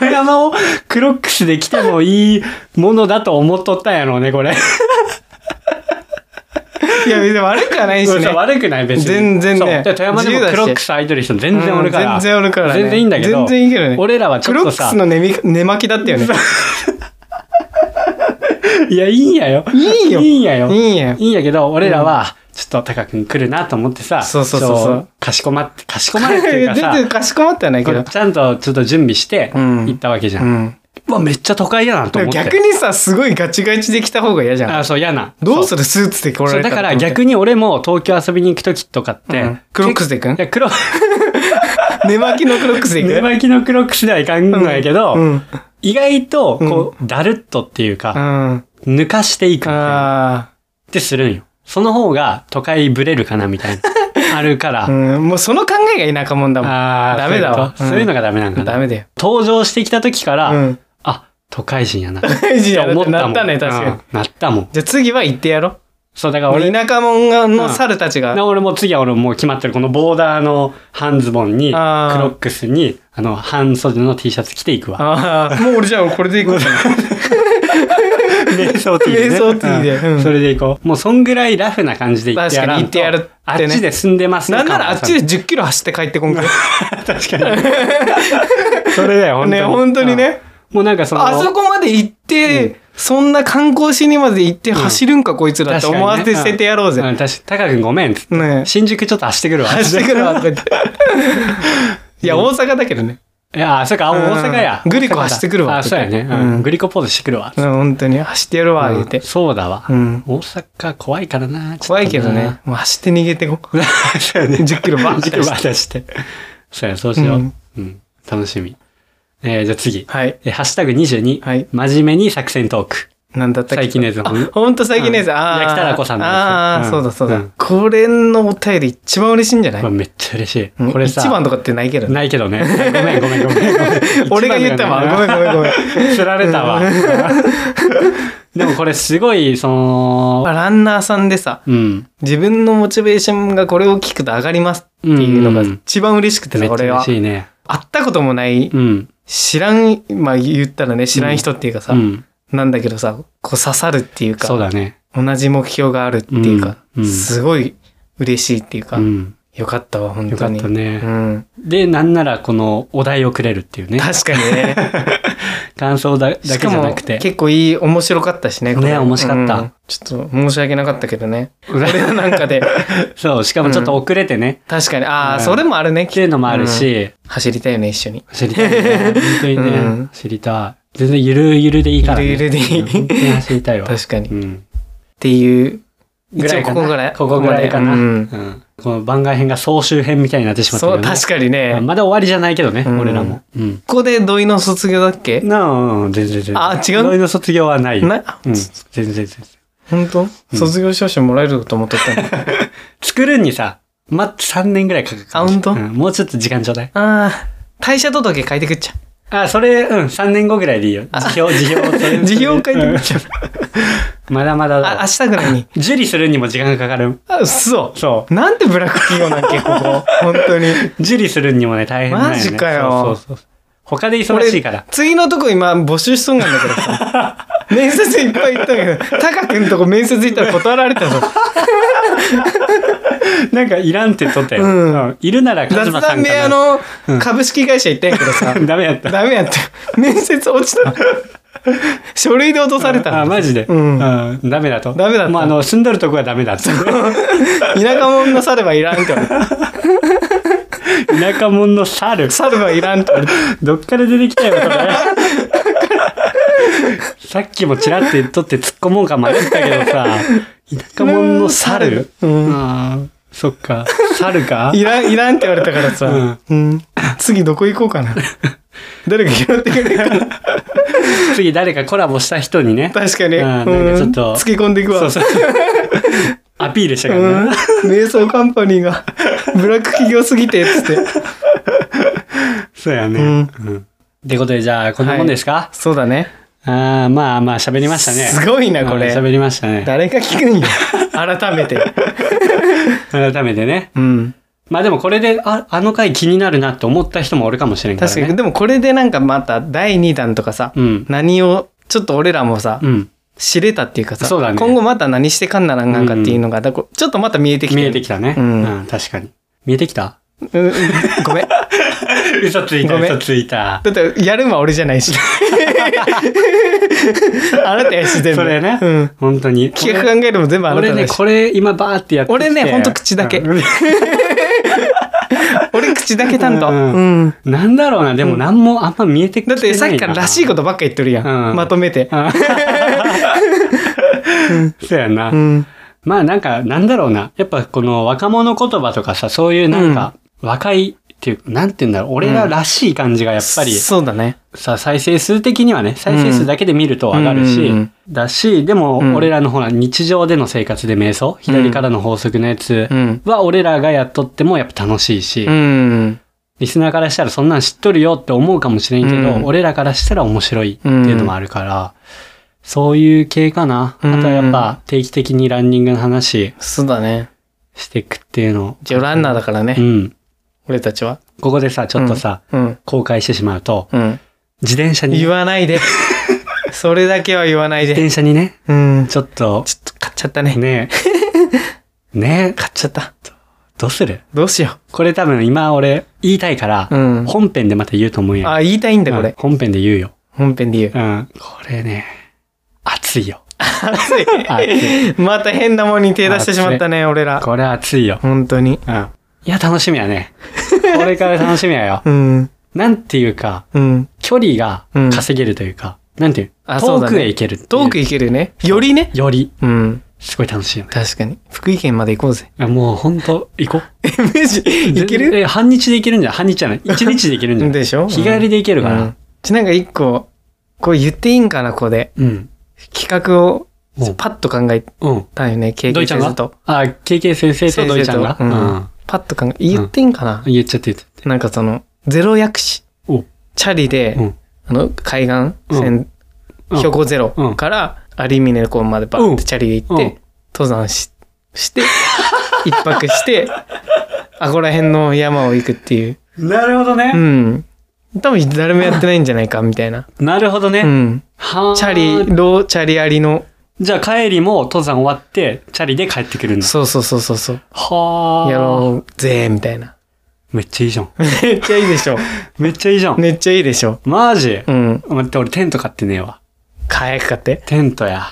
Speaker 1: 富山をクロックスで来てもいいものだと思っとったんやろうね、これ。
Speaker 2: いや、別に悪くはないし
Speaker 1: そう
Speaker 2: ね。
Speaker 1: そう悪くない別に
Speaker 2: 全然ね
Speaker 1: そうで富山でもクロックス開いてる人全然おるから、
Speaker 2: うん全然おるからね
Speaker 1: 全然いいんだけど
Speaker 2: 全然いいけどね
Speaker 1: 俺らはち
Speaker 2: ク
Speaker 1: ょっ
Speaker 2: ロ
Speaker 1: と
Speaker 2: ック
Speaker 1: さ
Speaker 2: スの寝み寝巻きだったよね。
Speaker 1: いやいいんやよ
Speaker 2: いいよ
Speaker 1: いいんやよ
Speaker 2: いいんや。
Speaker 1: いいんやけど俺らはちょっとタカ君来るなと思ってさ
Speaker 2: そうそうそうそう
Speaker 1: かしこまってかしこまるっていう
Speaker 2: 全
Speaker 1: かさ
Speaker 2: 然かしこまってはないけど。
Speaker 1: ちゃんとちょっと準備して
Speaker 2: うん
Speaker 1: 行ったわけじゃん、
Speaker 2: う。
Speaker 1: うんわめっちゃ都会やなと思
Speaker 2: でも
Speaker 1: って
Speaker 2: 逆にさ、すごいガチガチで来た方が嫌じゃん。
Speaker 1: あそう嫌な
Speaker 2: どう
Speaker 1: そ
Speaker 2: するスーツで来ら
Speaker 1: そ
Speaker 2: れ
Speaker 1: う
Speaker 2: た
Speaker 1: だから
Speaker 2: と思って
Speaker 1: 逆に俺も東京遊びに行く時とかって、
Speaker 2: うんクロックスで行くん
Speaker 1: いや黒
Speaker 2: 寝巻きのクロックスで行く
Speaker 1: 寝巻きのクロックスではいかんのやけど、
Speaker 2: うん。
Speaker 1: 意外と、こう、だるっとっていう
Speaker 2: う
Speaker 1: か、
Speaker 2: ん。あ
Speaker 1: 抜かしていくみたいな
Speaker 2: あ
Speaker 1: ってするんよ。その方が都会ぶれるかなみた いな。あるか
Speaker 2: ー。
Speaker 1: ら。
Speaker 2: うん。もうその考えが田舎もんだもん。
Speaker 1: あー
Speaker 2: ダメだわ
Speaker 1: そういうことそういうのがダメなんか
Speaker 2: ダ
Speaker 1: な。
Speaker 2: メだよ。
Speaker 1: 登場してきた時か
Speaker 2: う
Speaker 1: ら、
Speaker 2: ん。
Speaker 1: あ、都会人や な。
Speaker 2: 大事やな
Speaker 1: 思
Speaker 2: っ
Speaker 1: った
Speaker 2: て
Speaker 1: も。
Speaker 2: なんったね、確かに
Speaker 1: うん。なったもん。
Speaker 2: じゃあ次は行ってやろ
Speaker 1: そう、だか
Speaker 2: う。
Speaker 1: ら俺、
Speaker 2: 田舎もんがの猿たちが。
Speaker 1: 俺も次は俺もう決まってる。このボーダーの半ズボンに、クロ
Speaker 2: あー
Speaker 1: ックスに、あの、半袖の T シャツ着ていくわ。
Speaker 2: ああ、もう俺じゃあこれ で行こう。
Speaker 1: 瞑想 T でね。
Speaker 2: 瞑想 T で
Speaker 1: うん
Speaker 2: うん
Speaker 1: それでいこう。もうそんぐらいラフな感じで行ってやらんと。
Speaker 2: 確かに行ってやる
Speaker 1: あ
Speaker 2: っ
Speaker 1: って
Speaker 2: ね
Speaker 1: ちで住んでます
Speaker 2: なんならあっち
Speaker 1: で
Speaker 2: で10キロ走って帰ってこんか
Speaker 1: 確かに。それだよ、本
Speaker 2: ら。
Speaker 1: 当に。
Speaker 2: ね、本当にね。
Speaker 1: うん。もうなんかその、
Speaker 2: あそこまで行って、そんな観光地にまで行って走るんか、こいつらって思わせてやろうぜ。
Speaker 1: ん、確かに、タカ君ごめんっつって。
Speaker 2: ね
Speaker 1: 新宿ちょっと走ってくるわ。
Speaker 2: 走ってくるわ、とか言って。いや、大阪だけどね。
Speaker 1: いやー、そうか、あ
Speaker 2: うん
Speaker 1: 大阪や。
Speaker 2: グリコ走ってくるわ
Speaker 1: あ、そうやね。う
Speaker 2: うん
Speaker 1: ん。グリコポーズしてくるわ。
Speaker 2: うん、本当に。走ってやるわ、言う
Speaker 1: う
Speaker 2: て
Speaker 1: ん。そうだわ
Speaker 2: う。ん。
Speaker 1: 大阪怖いからな。
Speaker 2: 怖いけどね。もう走って逃げてこ。
Speaker 1: ちょっとな。そうやね。
Speaker 2: 10キロバーン
Speaker 1: 10キロバーン出して。そうや、そうしよ
Speaker 2: う。
Speaker 1: うんうん。楽しみ。えー、じゃあ次。
Speaker 2: はい。
Speaker 1: えーハッシュタグ22。
Speaker 2: はい
Speaker 1: 真面目に作戦トーク。
Speaker 2: なんだったっけ
Speaker 1: 最近のやつ
Speaker 2: あほんと最近のやつ。
Speaker 1: うん
Speaker 2: ああ。
Speaker 1: 焼きたらこさんのやつ
Speaker 2: ああ、
Speaker 1: うん
Speaker 2: そうだそうだ、
Speaker 1: うん
Speaker 2: これのお便り一番嬉しいんじゃない、
Speaker 1: これめっちゃ嬉し
Speaker 2: うん
Speaker 1: い。これさ。
Speaker 2: 一番とかってないけどね。
Speaker 1: ないけどね。ごめんごめんごめんごめん。
Speaker 2: 俺が言ったわ。ごめんごめんごめん。
Speaker 1: ん。釣られたわ。 でもこれすごい、その、
Speaker 2: ランナーさんでさ、
Speaker 1: うん。
Speaker 2: 自分のモチベーションがこれを聞くと上がりますっていうのが
Speaker 1: うん
Speaker 2: 一番嬉しくて
Speaker 1: め
Speaker 2: さ、
Speaker 1: っちゃ
Speaker 2: 俺
Speaker 1: 嬉
Speaker 2: は。
Speaker 1: しいね。
Speaker 2: 会ったこともない、
Speaker 1: うん。
Speaker 2: 知らん、まあ言ったらね、知らん人っていうかさ、
Speaker 1: うん。
Speaker 2: なんだけどさ、こう刺さるっていうか、
Speaker 1: そうだね。
Speaker 2: 同じ目標があるっていうか、
Speaker 1: うんうん
Speaker 2: すごい嬉しいっていうか、
Speaker 1: うん。
Speaker 2: よかったわ、本
Speaker 1: よ
Speaker 2: 当
Speaker 1: かっ
Speaker 2: に。
Speaker 1: た
Speaker 2: う
Speaker 1: ね。
Speaker 2: ん。
Speaker 1: で、なんならこのお題をくれるっていうね。
Speaker 2: 確かに ね。
Speaker 1: 感想だだけじ
Speaker 2: しか
Speaker 1: ゃな
Speaker 2: も、
Speaker 1: くて。
Speaker 2: 結構いい、面白かったしね。これ
Speaker 1: ね面白かった
Speaker 2: うんちょっと申し訳なかったけどね。俺らなんかで、
Speaker 1: そう、しかもちょっと遅れてね。
Speaker 2: 確かに、ああ、
Speaker 1: うん
Speaker 2: それもあるね。
Speaker 1: っていうのもあるし、
Speaker 2: 走りたいよね、一緒に。
Speaker 1: 知りたい ね。本当に
Speaker 2: うん
Speaker 1: ね。知りたい。全然ゆるゆるでいいからね。
Speaker 2: ゆるゆるでいい
Speaker 1: うん本当に走りたいわ。
Speaker 2: 確かに。っ
Speaker 1: うん。
Speaker 2: ていう、
Speaker 1: ぐらい
Speaker 2: 一
Speaker 1: かな
Speaker 2: 応ここぐらい。
Speaker 1: ここぐらいかな。
Speaker 2: う
Speaker 1: うんん。この番外編が総集編みたいになってしまった
Speaker 2: そう、確かに
Speaker 1: まあ
Speaker 2: ね。
Speaker 1: まだ終わりじゃないけどね、
Speaker 2: うん
Speaker 1: 俺らも。うん。
Speaker 2: ここで土井の卒業だっけ
Speaker 1: なあ、うん、全然全然。
Speaker 2: あ違う
Speaker 1: 俺の卒業はない。
Speaker 2: な、
Speaker 1: うん。全然全然。
Speaker 2: 本当、卒業証書もらえると思っとったの。
Speaker 1: 作るんにさ、ま、3年ぐらいかかるかもしれん。
Speaker 2: あほんと
Speaker 1: うんもうちょっと時間ちょうだい。
Speaker 2: ああ、退社届書いてくっちゃ。
Speaker 1: あ、それ、うん、3年後ぐらいでいいよ。辞表、辞表と いう。
Speaker 2: 辞表書いてくっちゃ。
Speaker 1: うんまだまだだ
Speaker 2: あ、
Speaker 1: わ
Speaker 2: 明。日ぐらいに。
Speaker 1: 受理するにも時間がかかる。
Speaker 2: あ、嘘。
Speaker 1: そ
Speaker 2: なんでブラック企業なんけ、ここ。本当に。
Speaker 1: う。受理するにもね、大変なんよね。
Speaker 2: マジかよ
Speaker 1: そうそうそう。他で忙しいから。
Speaker 2: 次のとこ今募集しとんがんだけどさ。 面接いっぱい行ったけど、タカ君とこ面接行ったら断られ たぞ。
Speaker 1: なんかいらんって取ったよ。
Speaker 2: うん
Speaker 1: うんいるならカズ
Speaker 2: 雑
Speaker 1: マさ
Speaker 2: 談
Speaker 1: ん
Speaker 2: 部
Speaker 1: か
Speaker 2: 屋
Speaker 1: な。
Speaker 2: の株式会社行ったん やけどさ。
Speaker 1: ダメやった。
Speaker 2: ダメやった。面接落ちた。書類で落とされた
Speaker 1: あ、
Speaker 2: の。
Speaker 1: マジで。
Speaker 2: うん
Speaker 1: んダメだと。
Speaker 2: ダメだった
Speaker 1: もうあの、住んどるとこはダメだと。
Speaker 2: 田舎者の猿はいらん
Speaker 1: 田
Speaker 2: と。
Speaker 1: 舎者の猿。
Speaker 2: 猿はいらんと。
Speaker 1: どっから出てきたよ、こ れ。さっきもちらって取って突っ込もうか迷ったけどさ、田舎者の猿。
Speaker 2: うん
Speaker 1: あーそっか。猿か
Speaker 2: いらん、いらんって言われたからさ。
Speaker 1: うん
Speaker 2: うん次どこ行こうか な。誰か拾ってくれるかな。
Speaker 1: 次誰かコラボした人 にね。
Speaker 2: 確かに。
Speaker 1: うんなんかちょっと
Speaker 2: うんつけ込んでいくわ。
Speaker 1: そうそう。アピールしたか
Speaker 2: う
Speaker 1: ら
Speaker 2: ん
Speaker 1: ね。
Speaker 2: 瞑想カンパニーが、 ブラック企業すぎて、つって。
Speaker 1: そうやね。
Speaker 2: う
Speaker 1: うんってことで、じゃあ、こんなもんですか、
Speaker 2: そうだね。
Speaker 1: ああ、まあまあ、喋りましたね。
Speaker 2: すごいな、こ
Speaker 1: うん
Speaker 2: れ。
Speaker 1: 喋りましたね。
Speaker 2: 誰が聞くんよ。改めて。
Speaker 1: 改めてね。
Speaker 2: うん。
Speaker 1: まあでもこれで、あ、あの回気になるなって思った人もおるかもしれんからね。
Speaker 2: 確かに、でもこれでなんかまた第2弾とかさ、
Speaker 1: うん。
Speaker 2: 何を、ちょっと俺らもさ、
Speaker 1: うん。
Speaker 2: 知れたっていうかさ、
Speaker 1: そうだね
Speaker 2: 今後また何してかんならんがんかっていうのが、だからちょっとまた見えてきて
Speaker 1: 見えてきたね。
Speaker 2: うん
Speaker 1: うん、確かに。見えてきた
Speaker 2: うんうんごめん。だ
Speaker 1: 嘘ついた、
Speaker 2: ごめん
Speaker 1: 嘘ついた。
Speaker 2: って、やるんは俺じゃない し。 あなたやし、全部。
Speaker 1: それね。
Speaker 2: うん。
Speaker 1: 本当に。
Speaker 2: 企画考えるも全部あな
Speaker 1: 俺
Speaker 2: た
Speaker 1: ね、
Speaker 2: だし。
Speaker 1: これ今バーってやってきて
Speaker 2: 俺ねほんと口だけ
Speaker 1: うん
Speaker 2: 俺口だけ担当。
Speaker 1: うん
Speaker 2: うん。
Speaker 1: なんだろうな、でも何もあんま見えてきて
Speaker 2: だ
Speaker 1: ない
Speaker 2: ってさっきかららしいことばっか言ってるやん。
Speaker 1: うん
Speaker 2: まとめて。
Speaker 1: と。 そうやな。
Speaker 2: うん。
Speaker 1: まあなんか、なんだろうな。やっぱこの若者言葉とかさ、そういうなんか、若いっていうか、なんて言うんだろう。俺ららしい感じがやっぱり、
Speaker 2: そうだね。
Speaker 1: さ、再生数的にはね、再生数だけで見ると上がるし、
Speaker 2: うんうんうん
Speaker 1: だし、でも
Speaker 2: うん
Speaker 1: 俺らのほら、日常での生活で瞑想、左からの法則のやつ
Speaker 2: うん。
Speaker 1: は俺らがやっとってもやっぱ楽しいし、
Speaker 2: うん。
Speaker 1: リスナーからしたらそんなん知っとるよって思うかもしれんけど、
Speaker 2: うん
Speaker 1: 俺らからしたら面白いっていうのもあるから、そういう系かな。あとはやっぱ定期的にランニングの話、
Speaker 2: そうだね。
Speaker 1: していくっていうのを。
Speaker 2: 一応ランナーだからね。
Speaker 1: うん。
Speaker 2: 俺たちは。
Speaker 1: ここでさ、ちょっとさ、
Speaker 2: うん。
Speaker 1: 公開してしまうと、
Speaker 2: うん。
Speaker 1: 自転車に、
Speaker 2: 言
Speaker 1: 自
Speaker 2: わ ないで。それだけは言わないで。
Speaker 1: 転車にね、
Speaker 2: うん。ちょ
Speaker 1: ちょっと、
Speaker 2: っと買っちゃったね。
Speaker 1: ねえ、ねえ、
Speaker 2: 買っちゃった。
Speaker 1: どうする
Speaker 2: どうしよ
Speaker 1: これ多分今俺言いたいから
Speaker 2: う。、うん。
Speaker 1: 本編でまた言うと思うんや。
Speaker 2: あ、言いたいんだ、こ
Speaker 1: うん
Speaker 2: れ。
Speaker 1: 本編で言うよ。
Speaker 2: 本編で言う。
Speaker 1: うん。これね、熱いよ。
Speaker 2: 熱い。
Speaker 1: 熱い。
Speaker 2: また変なもんに手出してしまったね、俺ら。
Speaker 1: これ熱いよ。
Speaker 2: 本当に。
Speaker 1: うん。いや、楽しみやね。これから楽しみやよ。
Speaker 2: うん。
Speaker 1: なんていうか、
Speaker 2: うん。
Speaker 1: 距離が稼げるというか、なんていう、
Speaker 2: あそう
Speaker 1: 遠
Speaker 2: だね
Speaker 1: くへ行けるっていう。
Speaker 2: 遠く行けるね。よりね。
Speaker 1: より、
Speaker 2: うん。
Speaker 1: すごい楽しいよね。
Speaker 2: 確かに。福井県まで行こ うぜ。
Speaker 1: あもうほんと、行こう。
Speaker 2: え、マジ行ける
Speaker 1: え、半日で行けるんじゃない半日じゃない一日で行けるんじゃない
Speaker 2: でしょ
Speaker 1: 日帰りで行け
Speaker 2: て
Speaker 1: るから。
Speaker 2: ちなんか一個、これ言っていいんかな、ここで。
Speaker 1: うん。
Speaker 2: 企画を
Speaker 1: おう
Speaker 2: パッと考え
Speaker 1: うん。
Speaker 2: たんよね、経
Speaker 1: ドイ
Speaker 2: 験
Speaker 1: ちゃん
Speaker 2: 者
Speaker 1: が
Speaker 2: と。
Speaker 1: あ、KK 先生とドイちゃんが。
Speaker 2: 先生とうんパッと考え、言っていいんかな
Speaker 1: うん。言っちゃって言っちゃって。
Speaker 2: なんかその、ゼロ薬師。
Speaker 1: お
Speaker 2: チャリで、
Speaker 1: うん
Speaker 2: あの、海岸
Speaker 1: う
Speaker 2: 線、
Speaker 1: うん
Speaker 2: 標高ゼロ
Speaker 1: うん
Speaker 2: から有峰湖までバーっ
Speaker 1: うん
Speaker 2: てチャリで行っ
Speaker 1: うん
Speaker 2: て、登山しして、一 泊して、あこら辺の山を行くっていう。
Speaker 1: なるほど
Speaker 2: う
Speaker 1: ね。
Speaker 2: ん。多分誰もやってないんじゃないか、みたいな。
Speaker 1: なるほど
Speaker 2: う
Speaker 1: ね。
Speaker 2: ん。
Speaker 1: はー
Speaker 2: チャリ、ローチャリありの、
Speaker 1: じゃあ帰りも登山終わって、チャリで帰ってくるんだ。
Speaker 2: そうそうそうそうそう。
Speaker 1: はあ。
Speaker 2: やろうぜ、みたいな。
Speaker 1: めっちゃいいじゃん。
Speaker 2: めっちゃいいでしょ。
Speaker 1: めっちゃいいじゃん。
Speaker 2: めっちゃいいでしょ。
Speaker 1: マジ
Speaker 2: うん。
Speaker 1: 待って、俺テント買ってねえわ。
Speaker 2: 早く買って。
Speaker 1: テントや。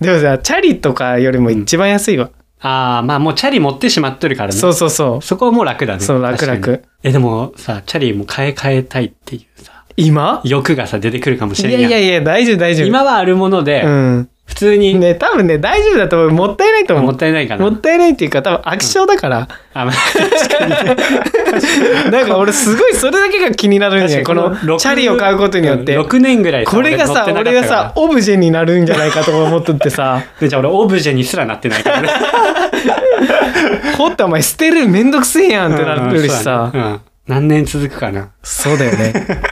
Speaker 2: でもさ、チャリとかよりも一番安いわ。
Speaker 1: ああ、まあもうチャリ持ってしまっとるからね。
Speaker 2: そうそうそう。
Speaker 1: そこはもう楽だね。
Speaker 2: そう楽々
Speaker 1: 確かに。え、でもさ、チャリも買い替えたいっていうさ、
Speaker 2: 今
Speaker 1: 欲がさ、出てくるかも
Speaker 2: い
Speaker 1: しれ
Speaker 2: や
Speaker 1: んやん。
Speaker 2: いやいや、大丈夫大丈夫。
Speaker 1: 今はあるもので、
Speaker 2: うん。
Speaker 1: 普通に、
Speaker 2: ね、多分ね、大丈夫だと思う。もったいないと思
Speaker 1: も
Speaker 2: う
Speaker 1: っ。たいないかな。
Speaker 2: もったいないっていうか、多分飽き性だから。
Speaker 1: あ、まあ、
Speaker 2: なんか俺すごいそれだけが気になるんだよ。この
Speaker 1: 六
Speaker 2: チャリを買うことによって。
Speaker 1: 6年ぐらい
Speaker 2: これがさ、
Speaker 1: 乗って
Speaker 2: 俺
Speaker 1: なか
Speaker 2: が
Speaker 1: った
Speaker 2: さ
Speaker 1: か、
Speaker 2: オブジェになるんじゃないかと思っとっ てさ、
Speaker 1: らでじゃあ俺オブジェにすらなってない からね。
Speaker 2: 掘ったお前捨てるめんどくせえやんってなってるしさ
Speaker 1: う。ん。何年続くかな。
Speaker 2: そうだよね。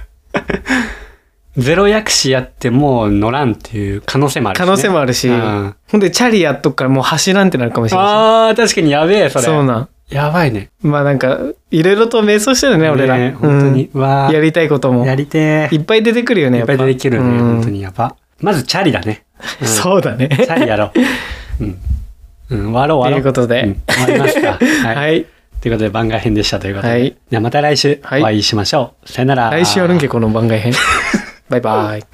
Speaker 1: ゼロ薬師やってもう乗らんっていう可能性もあるし、
Speaker 2: 可
Speaker 1: ね。
Speaker 2: 能性もあるし。
Speaker 1: うん
Speaker 2: ほんで、チャリやっとくからもう走らんってなるかもしれな
Speaker 1: ああ、確かにやべえ、それ。
Speaker 2: いし。そうなん。
Speaker 1: やばいね。
Speaker 2: まあなんか、いろいろと迷走してるね、俺ら。
Speaker 1: ね本当に。う
Speaker 2: う
Speaker 1: わ
Speaker 2: ん。
Speaker 1: あ
Speaker 2: やりたいことも。
Speaker 1: やりて
Speaker 2: いっぱい出てくるよ
Speaker 1: え。
Speaker 2: ね、
Speaker 1: い
Speaker 2: や
Speaker 1: っ
Speaker 2: っ
Speaker 1: ぱ
Speaker 2: ぱ
Speaker 1: い出てくる
Speaker 2: う
Speaker 1: ね。
Speaker 2: ん
Speaker 1: 本当にやば。まずチャリだね。うん
Speaker 2: そうだね。
Speaker 1: チャリやろう。うん。うん、終わろう
Speaker 2: と
Speaker 1: 終
Speaker 2: いうこ
Speaker 1: わろう。
Speaker 2: とで。
Speaker 1: うん終わります か。はい。
Speaker 2: はい。
Speaker 1: ということで番外編でしたということで。
Speaker 2: はい
Speaker 1: ではまた来週お
Speaker 2: はい
Speaker 1: 会いしましょう。さよなら。
Speaker 2: 来週やるんけ、この番外編。バイバイ。